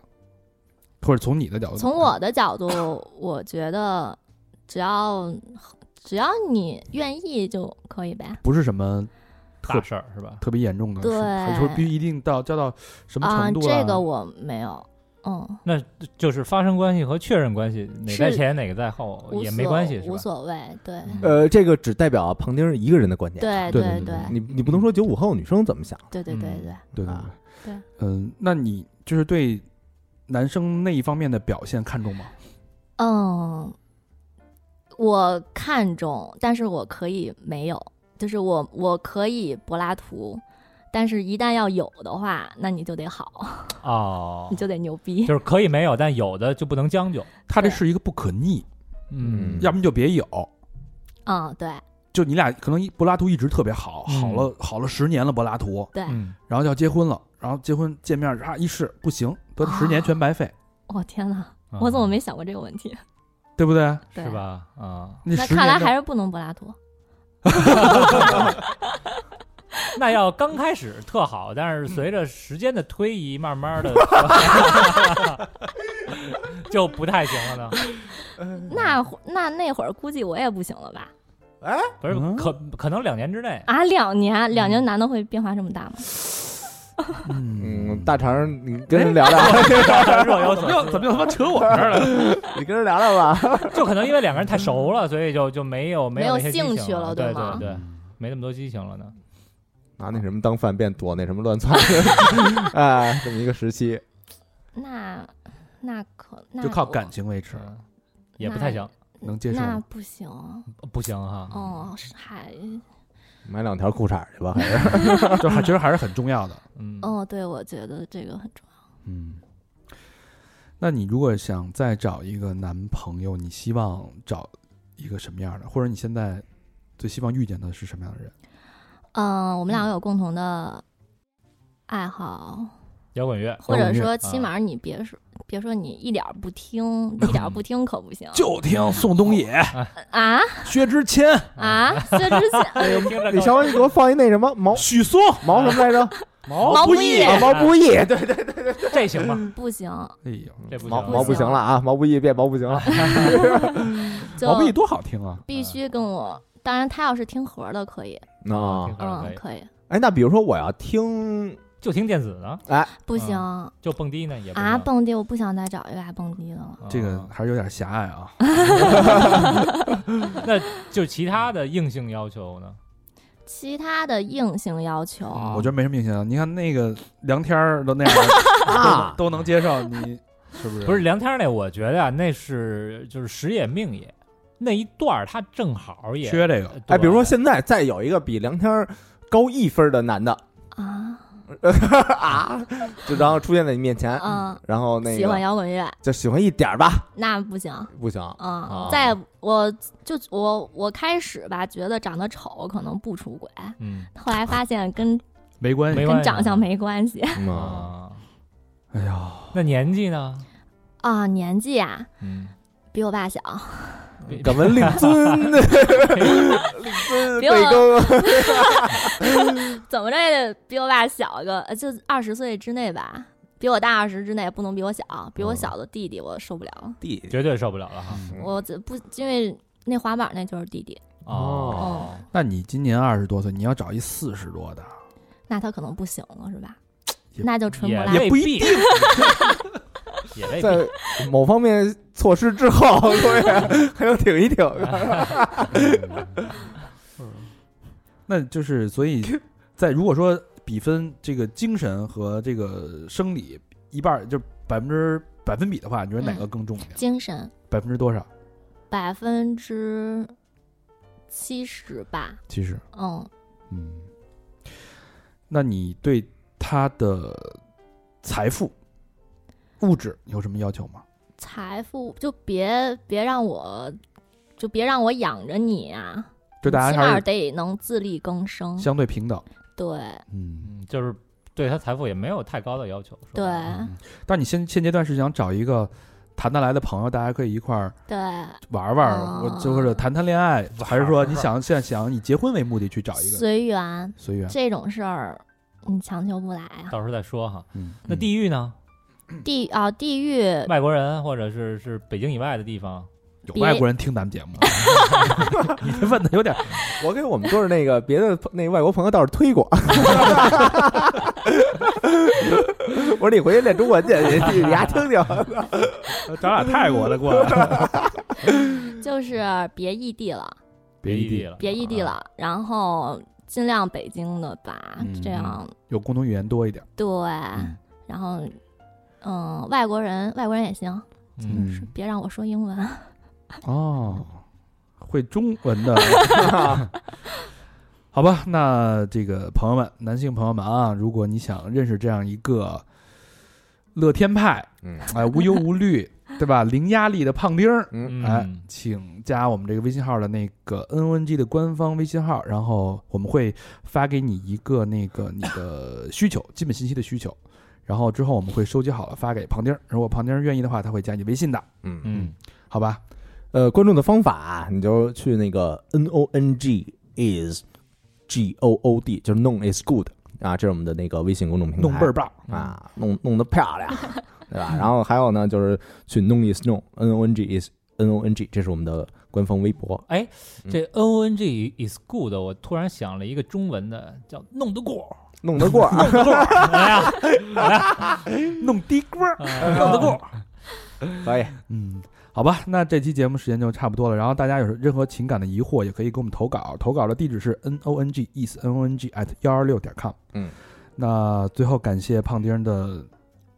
Speaker 2: 或者从你的角度怎
Speaker 5: 从
Speaker 2: 么看，
Speaker 5: 我的角度，我觉得只要只要你愿意就可以呗。
Speaker 2: 不是什么
Speaker 4: 大事儿是吧？
Speaker 2: 特别严重的事，
Speaker 5: 对
Speaker 2: 还是说必须一定到交到什么
Speaker 5: 啊、
Speaker 2: 程度了
Speaker 5: 这个我没有，嗯，
Speaker 4: 那就是发生关系和确认关系，哪
Speaker 5: 是
Speaker 4: 在前哪个在后
Speaker 5: 无
Speaker 4: 也
Speaker 5: 所
Speaker 4: 没关系是吧
Speaker 5: 无？所谓，对，
Speaker 4: 嗯
Speaker 3: 呃，这个只代表胖丁一个人的观点。
Speaker 5: 对
Speaker 2: 对对
Speaker 5: 对
Speaker 3: 你你不能说九五后女生怎么想，
Speaker 5: 对对
Speaker 4: 嗯
Speaker 5: 对对，
Speaker 2: 对对
Speaker 3: 啊
Speaker 2: 对
Speaker 5: 对，
Speaker 2: 嗯，那你就是对男生那一方面的表现看重吗？
Speaker 5: 嗯，我看重，但是我可以没有，就是我我可以柏拉图，但是一旦要有的话，那你就得好，
Speaker 4: 哦
Speaker 5: 你，就得牛
Speaker 4: [LAUGHS]
Speaker 5: 逼
Speaker 4: 就，是可以没有，但有的就不能将就。
Speaker 2: 他这
Speaker 5: 对
Speaker 2: 是一个不可逆，
Speaker 3: 嗯
Speaker 2: 要么就别有，
Speaker 5: 嗯，对
Speaker 2: 就你俩可能一柏拉图一直特别好，
Speaker 4: 嗯
Speaker 2: 好了好了十年了，柏拉图，
Speaker 5: 对，
Speaker 4: 嗯，
Speaker 2: 然后要结婚了，然后结婚见面啊一试不行，得了十年
Speaker 5: 啊
Speaker 2: 全白费，
Speaker 5: 我、天哪，
Speaker 4: 啊
Speaker 5: 我怎么没想过这个问题？
Speaker 2: 对不对？
Speaker 5: 对
Speaker 4: 是？吧？啊，
Speaker 2: 那
Speaker 5: 那
Speaker 2: 十
Speaker 5: 看来
Speaker 2: 年的
Speaker 5: 还是不能柏拉图。
Speaker 4: [LAUGHS] 那要刚开始特好，但是随着时间的推移，慢慢的 [LAUGHS] 就不太行了呢。嗯
Speaker 5: 那会那那会儿估计我也不行了吧？
Speaker 4: 不是
Speaker 2: 嗯
Speaker 4: 可可能两年之内， [LAUGHS]
Speaker 5: 啊，两年两
Speaker 4: 嗯
Speaker 5: 年男的会变化这么大吗？
Speaker 3: 嗯，大哎肠，你跟人聊聊，
Speaker 4: 若有
Speaker 2: 怎
Speaker 4: 所
Speaker 2: 么又
Speaker 4: 思
Speaker 2: 怎么又他妈扯我这儿了？
Speaker 3: 你跟人聊聊吧。 [LAUGHS]
Speaker 4: 就可能因为两个人太熟了，所以就就没有
Speaker 5: 没
Speaker 4: 有
Speaker 5: 有
Speaker 4: 那些激
Speaker 5: 兴
Speaker 4: 情
Speaker 5: 趣
Speaker 4: 了，
Speaker 5: 了
Speaker 4: 对
Speaker 5: 对吗
Speaker 4: 对，没那么多激情了呢。
Speaker 3: 拿那什么当饭便躲那什么乱窜， [LAUGHS] 哎，这么一个时期，
Speaker 5: 那那可那
Speaker 2: 就靠
Speaker 5: 我
Speaker 2: 感情维持，
Speaker 4: 嗯也不太行，
Speaker 2: 能接受
Speaker 5: 那
Speaker 2: 吗？
Speaker 5: 不行
Speaker 4: 不行哈。
Speaker 5: 哦，是还
Speaker 3: 买两条裤衩去吧，还是
Speaker 2: 就还其实还是很重要的。
Speaker 4: 嗯，
Speaker 5: 哦，对，我觉得这个很重要。
Speaker 2: 嗯，那你如果想再找一个男朋友，你希望找一个什么样的？或者你现在最希望遇见的是什么样的人？
Speaker 5: 嗯、我们两个有共同的爱好，
Speaker 4: 摇滚乐啊
Speaker 5: 或者
Speaker 2: 音乐
Speaker 5: 说起码你别说、别说你一点儿不听，一点儿不听可不行。
Speaker 2: 就听宋冬野、
Speaker 5: 啊
Speaker 2: 啊哦薛之谦、
Speaker 5: 啊，薛之谦
Speaker 4: 哎听着
Speaker 3: 你
Speaker 4: 更
Speaker 3: 稍微你给我放一那什么毛
Speaker 2: 许嵩、
Speaker 3: 毛什么来着？
Speaker 5: 毛不易
Speaker 3: 啊，毛不易，对，
Speaker 4: 这行吗？
Speaker 5: 不行，
Speaker 2: [LAUGHS] 哎呦，
Speaker 4: 这不
Speaker 3: 毛
Speaker 4: 行
Speaker 3: 毛不行了啊，毛不易变毛不行了，
Speaker 5: 就
Speaker 2: 毛不易多好听啊！
Speaker 5: 必须跟我。当然，他要是听盒儿的可以，
Speaker 3: 啊
Speaker 4: 听，歌儿可
Speaker 5: 嗯，
Speaker 4: 以，
Speaker 5: 可以。
Speaker 3: 哎，那比如说我要听，
Speaker 4: 就听电子呢，
Speaker 5: 不行、
Speaker 4: 就蹦迪嗯呢也不
Speaker 5: 啊，
Speaker 4: 行
Speaker 5: 蹦迪我不想再找一个爱蹦迪的了。
Speaker 4: 啊
Speaker 2: 这个还是有点狭隘啊。
Speaker 4: 就其他的硬性要求呢？
Speaker 5: 其他的硬性要求，
Speaker 2: 嗯我觉得没什么影响。你看那个梁天儿都那样
Speaker 3: 啊 [LAUGHS]
Speaker 2: 都，都能接受，你是不是？
Speaker 4: 不是梁天儿那，我觉得啊，那是就是时也命也，那一段儿他正好也呃
Speaker 2: 缺这个，
Speaker 4: 对
Speaker 3: 哎，比如说现在再有一个比梁天儿高一分的男的
Speaker 5: 啊，
Speaker 3: 啊，就然后出现在你面前，
Speaker 5: 嗯，
Speaker 3: 然后那
Speaker 5: 喜欢
Speaker 3: 个
Speaker 5: 摇滚乐
Speaker 3: 就喜欢一点儿吧，
Speaker 5: 那不行，
Speaker 3: 不行，
Speaker 4: 啊
Speaker 5: 嗯，再我就我我开始吧，觉得长得丑可能不出轨，
Speaker 4: 嗯，
Speaker 5: 后来发现跟
Speaker 2: 没关系
Speaker 4: [LAUGHS] 没。关
Speaker 5: 跟
Speaker 4: 系
Speaker 5: 长相没关系
Speaker 3: 嗯啊，
Speaker 4: 啊，
Speaker 2: 哎呀，
Speaker 4: 那年纪呢？
Speaker 5: 啊，年纪啊
Speaker 4: 嗯，
Speaker 5: 比我爸小，
Speaker 4: 比
Speaker 3: 敢问令尊， [LAUGHS] 令尊
Speaker 5: 别我
Speaker 3: 贵庚？
Speaker 5: 怎么着也得比我爸小个，呃就二十岁之内吧，比我大二十之内，不能比我小，比
Speaker 4: 哦
Speaker 5: 我小的弟弟我受不了了，
Speaker 3: 弟弟
Speaker 4: [LAUGHS] 绝对受不了了哈。
Speaker 3: 嗯
Speaker 5: 我只不因为那滑板那就是弟弟，
Speaker 4: 哦，
Speaker 2: 那你今年二十多岁，你要找一四十多的，
Speaker 5: 那他可能不行了是吧？那就纯
Speaker 4: 也
Speaker 5: 柏拉
Speaker 4: 也未
Speaker 5: 图。
Speaker 2: 不一
Speaker 4: 必， [LAUGHS] 也未必。
Speaker 3: 在某方面措施之后，对，还能挺一挺。
Speaker 2: 那就是所
Speaker 5: [LAUGHS]
Speaker 2: 以，在如果说比分这个精神和这个生理一半儿，就百分之百分比的话，你觉得
Speaker 5: 嗯
Speaker 2: 哪个更重一点？
Speaker 5: 精神
Speaker 2: 百分之多少？
Speaker 5: 百分之七十吧，
Speaker 2: 其实，
Speaker 5: 嗯，
Speaker 2: 嗯，那你对他的财富、物质有什么要求吗？
Speaker 5: 财富就别别让我，就别让我养着你啊，
Speaker 2: 就大
Speaker 5: 起
Speaker 2: 家
Speaker 5: 码
Speaker 2: 还
Speaker 5: 儿
Speaker 2: 是
Speaker 5: 得能自力更生。
Speaker 2: 相对平等，
Speaker 5: 对
Speaker 2: 嗯。
Speaker 4: [LAUGHS] 嗯，就是对他财富也没有太高的要求。是
Speaker 5: 对
Speaker 4: 吧
Speaker 2: 嗯但你现现阶段是想找一个谈得来的朋友，大家可以一块儿
Speaker 5: 对，
Speaker 2: 玩玩，
Speaker 5: 哦
Speaker 2: 我就或者谈谈恋爱，还是说你想现在想以结婚为目的去找一个
Speaker 5: 随缘
Speaker 2: 随缘？
Speaker 5: 这种事儿，你强求不来啊。
Speaker 4: 到时候再说哈。
Speaker 2: 嗯，
Speaker 4: 那地狱呢？
Speaker 5: 地啊，地狱
Speaker 4: 外国人或者是是北京以外的地方，
Speaker 2: 有
Speaker 5: 别
Speaker 2: 外国人听咱们节目，啊
Speaker 5: [LAUGHS]
Speaker 2: [LAUGHS] 你这问的有点
Speaker 3: 我给我们队儿那个别的那外国朋友倒是推过，我说你回去练中文去，你你丫听听。
Speaker 2: 找俩泰国的过来，嗯
Speaker 5: 就是别异地了，
Speaker 2: 别异
Speaker 4: 异地
Speaker 2: 地
Speaker 4: 了，
Speaker 5: 别异地
Speaker 4: 啊。
Speaker 5: 了，然后尽量北京的吧，
Speaker 2: 嗯
Speaker 5: 这样
Speaker 2: 有共同语言多一点。
Speaker 5: 对，然后嗯，外国人外国人也行，
Speaker 4: 嗯，
Speaker 5: 是别让我说英文。
Speaker 2: 哦，会中文的， [LAUGHS]
Speaker 3: 嗯
Speaker 2: 好吧？那这个朋友们，男性朋友们啊，如果你想认识这样一个乐天派，
Speaker 3: 嗯
Speaker 2: 哎，无忧无虑， [LAUGHS] 对吧？零压力的胖丁儿，
Speaker 3: 嗯，
Speaker 2: 哎
Speaker 4: 嗯，
Speaker 2: 请加我们这个微信号的那个 N O N G 的官方微信号，然后我们会发给你一个那个你的需求，基本信息的需求。然后之后我们会收集好了发给胖丁儿，如果胖丁儿愿意的话，他会加你微信的，
Speaker 3: 嗯，
Speaker 4: 嗯，
Speaker 2: 好吧？
Speaker 3: 呃，关注的方法你就去那个 N O N G is G O O D，就是 Known is good 啊，这是我们的那个微信公众平台。
Speaker 2: 弄倍儿棒，
Speaker 4: 嗯
Speaker 3: 啊，弄弄得漂亮， [LAUGHS] 对吧？然后还有呢，就是去 Nong is Nong，N O N G is N O N G，这是我们的官方微博。
Speaker 4: 哎，这 N O N G is good，我突然想了一个中文的，叫弄得 [LAUGHS] 过，
Speaker 3: 弄得过啊，
Speaker 4: 来呀，
Speaker 2: 弄低锅儿。
Speaker 4: 弄得过，
Speaker 3: [LAUGHS] 可以， [LAUGHS]
Speaker 2: 嗯，好吧，那这期节目时间就差不多了。然后大家有任何情感的疑惑，也可以给我们投稿，投稿的地址是 n o n g i s n o n g at 幺二六点 com。
Speaker 3: 嗯，
Speaker 2: 那最后感谢胖丁的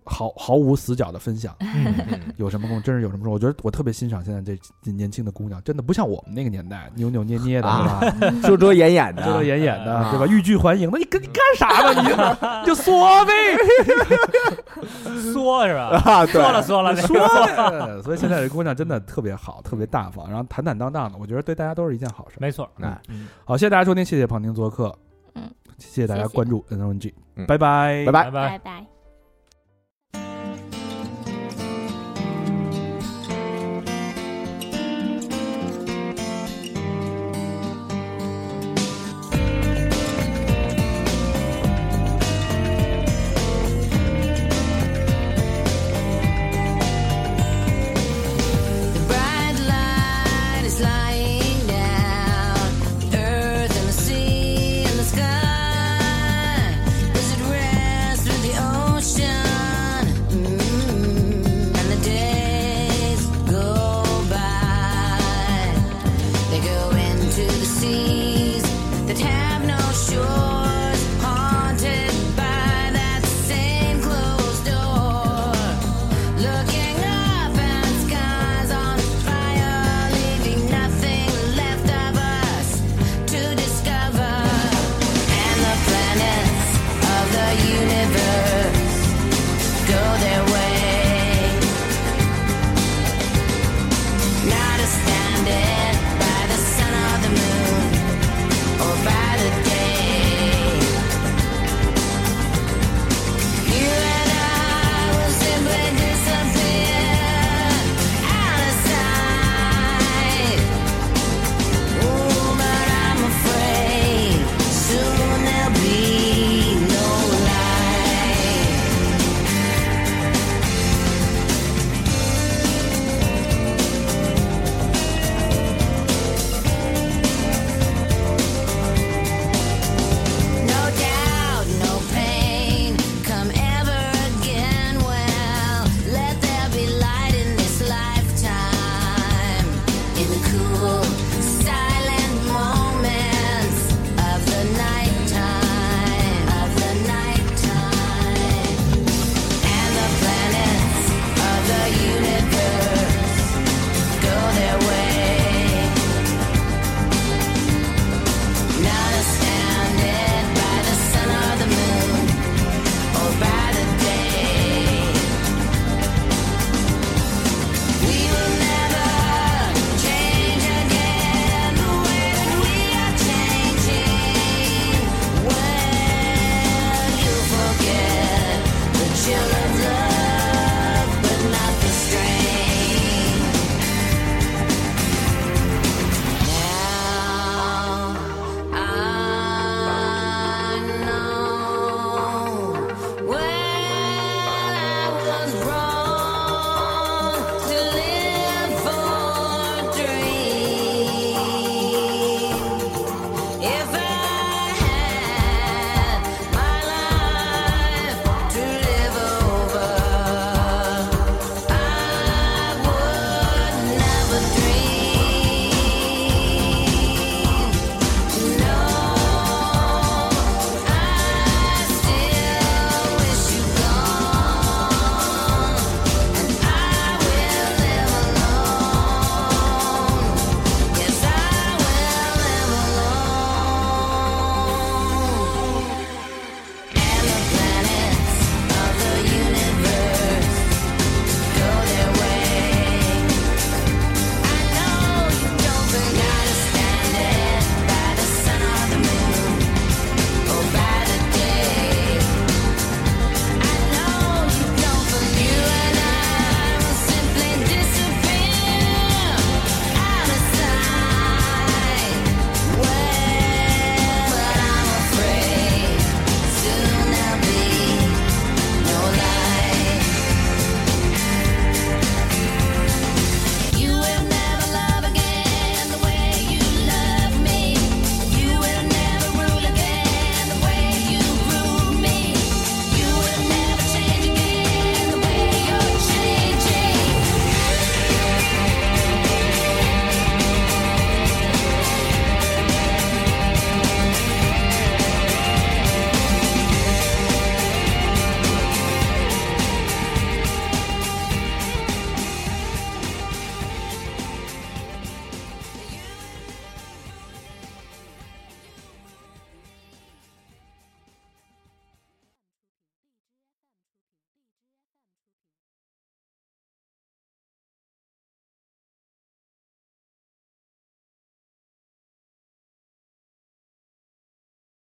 Speaker 2: 毫毫无死角的分享，
Speaker 3: 嗯
Speaker 2: 有什么跟我真是有什么说，我觉得我特别欣赏现在这这年轻的姑娘，真的不像我们那个年代扭扭捏捏的，
Speaker 3: 啊
Speaker 2: 对吧？
Speaker 3: 遮遮掩掩
Speaker 2: 遮遮
Speaker 3: 的，
Speaker 2: 掩掩的，
Speaker 4: 啊
Speaker 2: 对吧？欲拒还迎的，你跟你干啥呢？你你就说
Speaker 4: [LAUGHS]
Speaker 2: 呗。
Speaker 4: 说是
Speaker 3: [LAUGHS]
Speaker 4: 吧？
Speaker 3: 啊，对
Speaker 4: 说了说了，
Speaker 2: 说的，所以现在这姑娘真的特别好，特别大方，然后坦坦荡荡的，我觉得对大家都是一件好事。
Speaker 4: 没错，
Speaker 3: 哎
Speaker 4: 嗯
Speaker 2: 好，谢谢大家收听，谢谢胖丁做客，
Speaker 5: 嗯，
Speaker 2: 谢谢大家
Speaker 5: 谢谢
Speaker 2: 关注 N O N G，
Speaker 3: 嗯
Speaker 2: 拜拜，
Speaker 3: 拜拜。
Speaker 4: 拜拜。
Speaker 5: 拜。